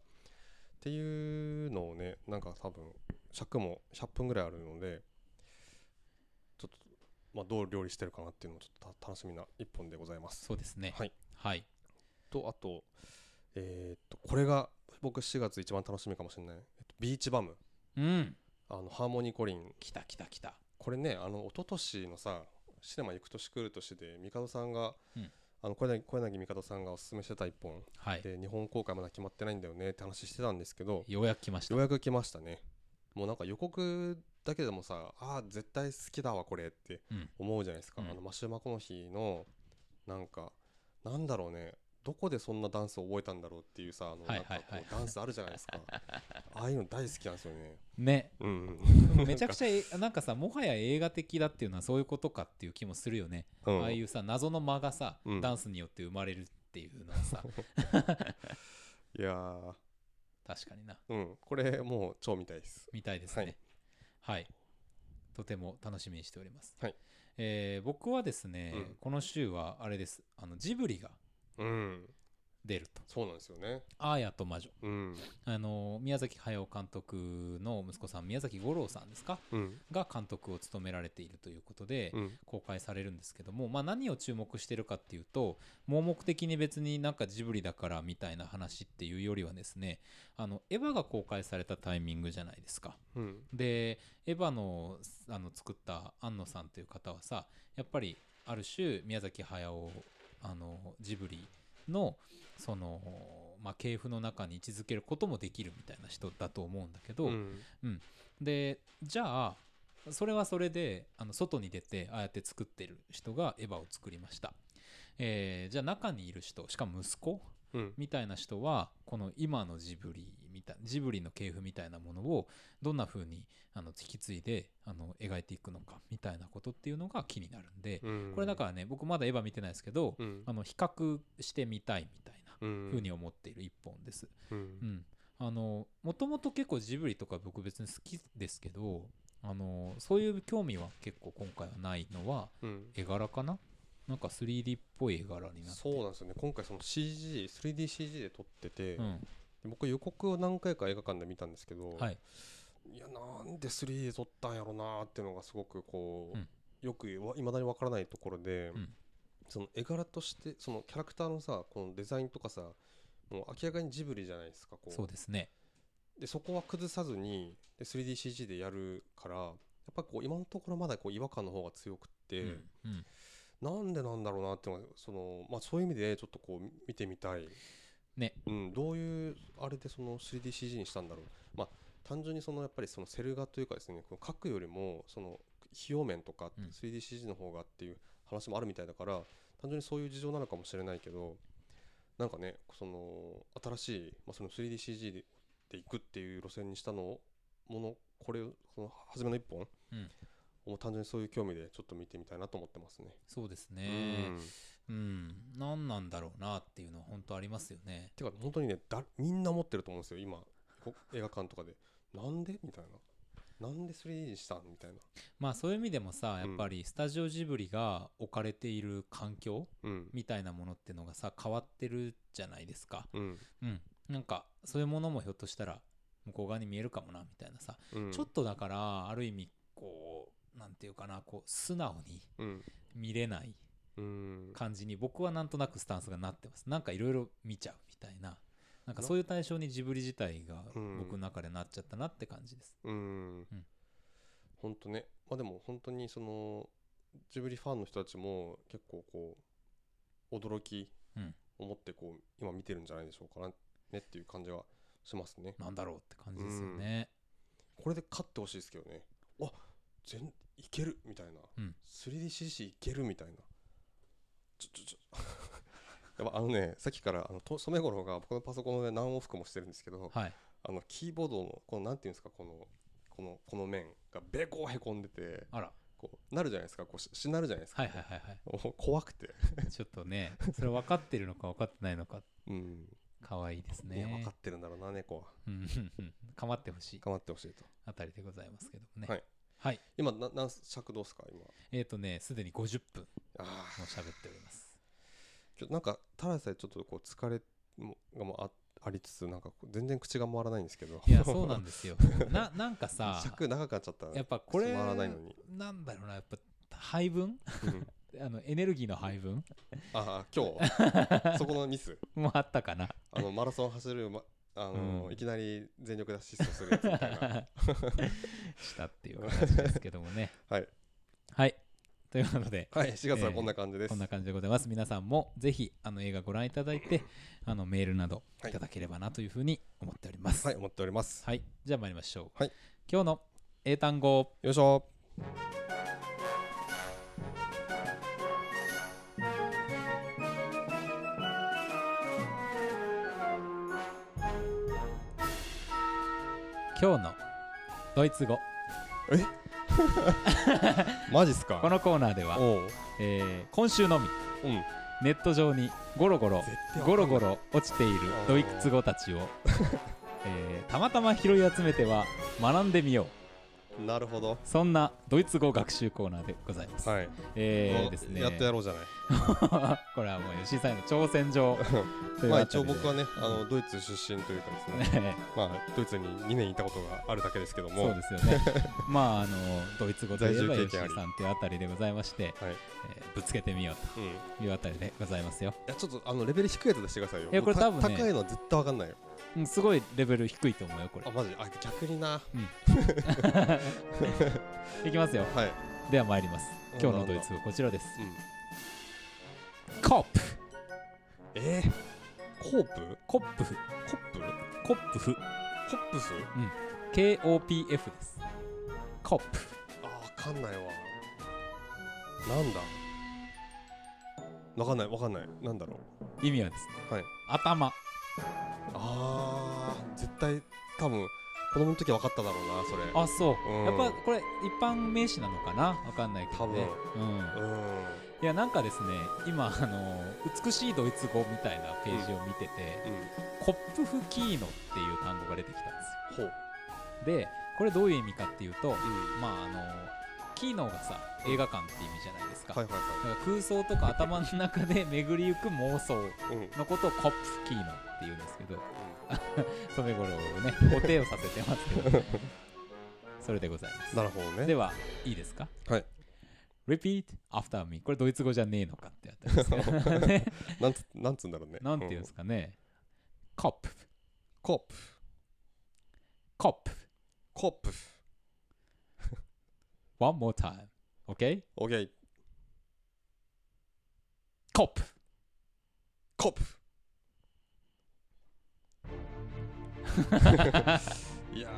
S2: ていうのをねなんか多分尺も100分ぐらいあるのでちょっと、まあ、どう料理してるかなっていうのもちょっとた楽しみな一本でございます。
S1: そうですね。
S2: はい、
S1: はい。
S2: とあと,、えーっとこれが僕4月一番楽しみかもしれない、えっと、ビーチバム
S1: うん。
S2: あのハーモニーコリン
S1: 来た来た来た。
S2: これねあの一昨年のさシネマ行く年来る年で帝さんが、
S1: うん
S2: あの小柳小柳帝さんがおすすめしてた一本
S1: はい。
S2: で日本公開まだ決まってないんだよねって話してたんですけど
S1: ようやく来ました。
S2: ようやく来ましたねもうなんか予告だけでもさあー絶対好きだわこれって
S1: うん
S2: 思うじゃないですか、
S1: うん
S2: あのマシュマコの日のなんかなんだろうねどこでそんなダンスを覚えたんだろうっていうさあの
S1: は
S2: ないんか
S1: はい
S2: こうダンスあるじゃないで すかああいうの大好きなんですよね
S1: ね。
S2: うん
S1: めちゃくちゃえなんかさもはや映画的だっていうのはそういうことかっていう気もするよね。
S2: うん、うん
S1: ああいうさ謎の間がさ、
S2: うん
S1: ダンスによって生まれるっていうのは さ
S2: いやー
S1: 確かにな
S2: うん、これもう超みたいです。
S1: みたいですね。はい、とても楽しみにしております。
S2: はい
S1: えー僕はですね、
S2: うん
S1: この週はあれですあのジブリが
S2: うん、
S1: 出ると
S2: そうなんですよね。
S1: 「アーヤと魔女
S2: うん、」
S1: あの宮崎駿監督の息子さん宮崎五郎さんですか
S2: うん、
S1: が監督を務められているということで、
S2: うん、
S1: 公開されるんですけども、まあ、何を注目してるかっていうと盲目的に別になんかジブリだからみたいな話っていうよりはですねあのエヴァが公開されたタイミングじゃないですか。
S2: うん、
S1: でエヴァのあの作った庵野さんという方はさやっぱりある種宮崎駿あのジブリのその、まあ、系譜の中に位置づけることもできるみたいな人だと思うんだけど、
S2: うん、
S1: でじゃあそれはそれであの外に出てああやって作ってる人がエヴァを作りました、えーじゃあ中にいる人しかも息子
S2: うん、
S1: みたいな人はこの今のジブリみたいジブリの系譜みたいなものをどんな風にあの引き継いであの描いていくのかみたいなことっていうのが気になるんで、
S2: うん、
S1: これだからね僕まだエヴァ見てないですけど、
S2: うん、
S1: あの比較してみたいみたいな
S2: うん、
S1: 風に思っている一本です。う
S2: う、
S1: んん、あのもともと結構ジブリとか僕別に好きですけどあのそういう興味は結構今回はないのは
S2: うん、
S1: 絵柄かななんか 3D っぽい絵柄になって
S2: そうなんですよね。今回その CG、3DCG で撮ってて、
S1: うん
S2: 僕予告を何回か映画館で見たんですけど、
S1: はい、
S2: いやなんで 3D で撮ったんやろなーっていうのがすごくこう、
S1: うん
S2: よくいまだにわからないところで、
S1: うん
S2: その絵柄としてそのキャラクターのさこのデザインとかさもう明らかにジブリじゃないですかこう
S1: そうですね
S2: でそこは崩さずにで 3DCG でやるからやっぱこう今のところまだこう違和感の方が強くって、
S1: うんうん
S2: なんでなんだろうなっていうのがその、まあ、そういう意味でちょっとこう見てみたい、
S1: ね
S2: うん、どういうあれでその 3DCG にしたんだろう、まあ、単純にそのやっぱりそのセル画というかですねこの描くよりもその費用面とか
S1: うん
S2: 3DCG の方がっていう話もあるみたいだから、単純にそういう事情なのかもしれないけどなんかねその新しい、まあ、その 3DCG でで行くっていう路線にしたのをものこれをその初めの一本
S1: うん
S2: を単純にそういう興味でちょっと見てみたいなと思ってますね。
S1: そうです
S2: う
S1: ね
S2: ん
S1: うん、何なんだろうなっていうのは本当ありますよね
S2: てか本当にねだみんな思ってると思うんですよ今こ映画館とかでなんでみたいななんで 3D にしたんみたいな
S1: まあそういう意味でもさや
S2: うん
S1: っぱりスタジオジブリが置かれている環境
S2: うん
S1: みたいなものってのがさ変わってるじゃないですか
S2: うん、
S1: うん、なんかそういうものもひょっとしたら向こう側に見えるかもなみたいなさ、
S2: うん、
S1: ちょっとだからある意味こうななんていうかなこう素直に
S2: うん
S1: 見れない
S2: うん
S1: 感じに僕はなんとなくスタンスがなってますなんかいろいろ見ちゃうみたいななんかそういう対象にジブリ自体が
S2: うん
S1: 僕の中でなっちゃったなって感じです、
S2: うん
S1: うん
S2: 本当ねまあでも本当にそのジブリファンの人たちも結構こう驚き
S1: うん
S2: を持ってこう今見てるんじゃないでしょうかねっていう感じがしますね
S1: なんだろうって感じですよね、
S2: これで勝ってほしいですけどねあ全いけるみたいな、
S1: うん
S2: 3DCC いけるみたいなちょちょ ちょやっぱあのねさっきからあのと染五郎が僕のパソコンで何往復もしてるんですけど、
S1: はい
S2: あのキーボードのこのなんていうんですかこのこのこの面がべこうへこんでて
S1: あら
S2: こうなるじゃないですかこうししなるじゃないですか、
S1: はいはいはいは
S2: お 怖くて、
S1: いちょっとねそれ分かってるのか分かってないのか
S2: うん
S1: 可愛いです
S2: ね、分
S1: ね
S2: かってるんだろうな猫は
S1: うんうんうん構ってほしい
S2: 頑張ってほしいと
S1: あたりでございますけどもね
S2: はい、
S1: はい
S2: 今な何尺どうですか今
S1: えっ、とねすでに50分も
S2: ああ
S1: う喋っており ます
S2: ちょっとなんかただでさえちょっとこう疲れもがもあありつつなんかこう全然口が回らないんですけど
S1: いやそうなんですよななんかさ
S2: 尺長くなっちゃったね
S1: やっぱこれ
S2: 回らないのに
S1: なんだろうなやっぱ配分
S2: うん
S1: あのエネルギーの配分
S2: ああ今 日そこのミス
S1: もあったか な
S2: あのマラソン走る、ま、あの、
S1: うん
S2: いきなり全力でアシストするやつみたい な
S1: したっていう感じですけどもね
S2: はい
S1: はいということで
S2: はい4月はこんな感じです、
S1: こんな感じでございます皆さんもぜひあの映画ご覧いただいてあのメールなど
S2: はい
S1: いただければなというふうに思っております
S2: はい思っております
S1: はい、じゃあ参りましょう。
S2: はい
S1: 今日の英単語、
S2: よいしょ
S1: 今日のドイツ語。
S2: マジっすか
S1: このコーナーでは、
S2: おう
S1: えー今週のみ
S2: うん
S1: ネット上にゴロゴロ
S2: 絶対わかんない
S1: ゴロゴロ落ちているドイツ語たちを、 えーたまたま拾い集めては学んでみよう。
S2: なるほど
S1: そんなドイツ語学習コーナーでございます。
S2: はい、
S1: えー
S2: お
S1: ですね、
S2: やってやろうじゃない
S1: これはもう吉井さんへの挑戦 状という
S2: まあ
S1: わけ
S2: 一
S1: で
S2: 応僕はねあのドイツ出身というかですねまあドイツに2年いたことがあるだけですけども
S1: そうですよねまああのドイツ語といえば
S2: 在住経
S1: 吉井
S2: 験あり
S1: さんというあたりでございまして、
S2: はい
S1: えーぶつけてみよう
S2: うん、い
S1: というあたりでございますよ、
S2: やちょっとあのレベル低いやつ出してくださいよ
S1: いやこれ
S2: もうた
S1: 多分ね
S2: 高いのは絶対わかんないよ
S1: うん、すごいレベル低いと思うよこ
S2: あマジあ逆にな
S1: れいきますよ
S2: はい、
S1: では参ります
S2: うん
S1: 今日のドイツ語こちらです
S2: うん、
S1: コップ
S2: えー、コープ
S1: コップフ
S2: コップ
S1: コップフ
S2: コップス
S1: KOPF ですコップ
S2: あーわかんないわなんだわかんないわかんないなんだろう
S1: 意味はですね、
S2: はい
S1: 頭
S2: あー絶対多分子供の時分かっただろうなそれ
S1: あそう、
S2: うん
S1: やっぱこれ一般名詞なのかなわかんないけどねうん
S2: うん
S1: いやなんかですね今あの美しいドイツ語みたいなページを見てて、
S2: うん
S1: コップフキーノっていう単語が出てきたんですよ
S2: ほう
S1: でこれどういう意味かっていうと、
S2: うん
S1: まああのキーノがさ映画館って意味じゃないですか,、
S2: はいはいは
S1: だから空想とか頭の中で巡りゆく妄想
S2: いうん
S1: のことをコップフキーノっていうんですけど染五郎をねお手をさせてますけ どそれでございます
S2: なるほどね
S1: で
S2: も
S1: はいいですか
S2: はい
S1: Repeat after me これドイツ語じゃねえのかってやったんですけど ね
S2: なんつなんつうんだろうね
S1: なんていうんですかね、コップ
S2: コップ
S1: コップ
S2: コップ
S1: One more time OK?
S2: オッケー
S1: コップ
S2: コッ プいや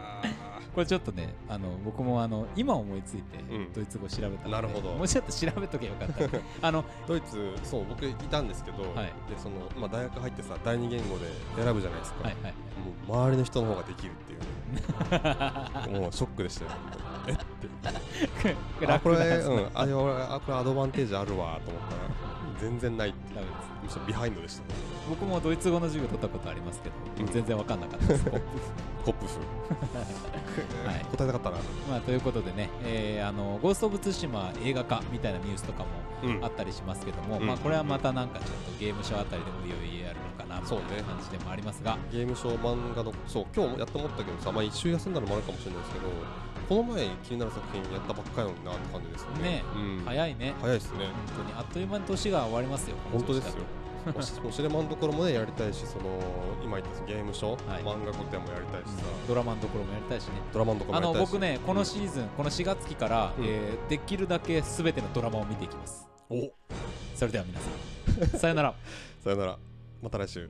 S1: これちょっとねあの僕もあの今思いついて
S2: うん
S1: ドイツ語調べたので、
S2: なるほど
S1: もうちょっと調べとけばよかった あの
S2: ードイツそう僕いたんですけど、
S1: はい
S2: でそのまあ大学入ってさ第二言語で選ぶじゃないですか、
S1: はいはい
S2: もう周りの人の方ができるっていうねもうショックでしたよ。えって。
S1: 楽
S2: あこれ、
S1: なやつ
S2: うん、あれ俺あこれアドバンテージあるわと思ったら、全然ないって
S1: ダメです
S2: ちょっとビハインドでしたね
S1: 僕もドイツ語の授業取ったことありますけ
S2: うん
S1: ど全然分かんなかったですはい
S2: コップ風 答えたかったな
S1: まあ、ということでね、えーあの「ゴースト・オブ・ツシマ」映画化みたいなニュースとかも
S2: うん
S1: あったりしますけども、
S2: うん
S1: まあ、これはまたなんかちょっとゲームショーあたりでもいよいよやるのかなみた
S2: そう
S1: い
S2: ね
S1: な感じでもありますが、
S2: ゲームショー漫画のそう今日もやっと思ったけどさまあ一周休んだのもあるかもしれないですけどこの前気になる作品やったばっかりなのになって感じですよね
S1: ね
S2: うん、
S1: 早いね
S2: 早いですね
S1: 本当にあっという間に年が終わりますよ
S2: 本当ですよおし おしれまんところもねやりたいしその今言ったそのゲームショー、
S1: はい
S2: 漫画コ展もやりたいしさ、
S1: ドラマのところもやりたいしね
S2: ドラマンとかも
S1: あ
S2: やり
S1: の
S2: たいし
S1: 僕ねこのシーズン、この4月期から、
S2: うん
S1: えーできるだけ全てのドラマを見ていきます
S2: お
S1: それでは皆さんさよなら
S2: さよならまた来週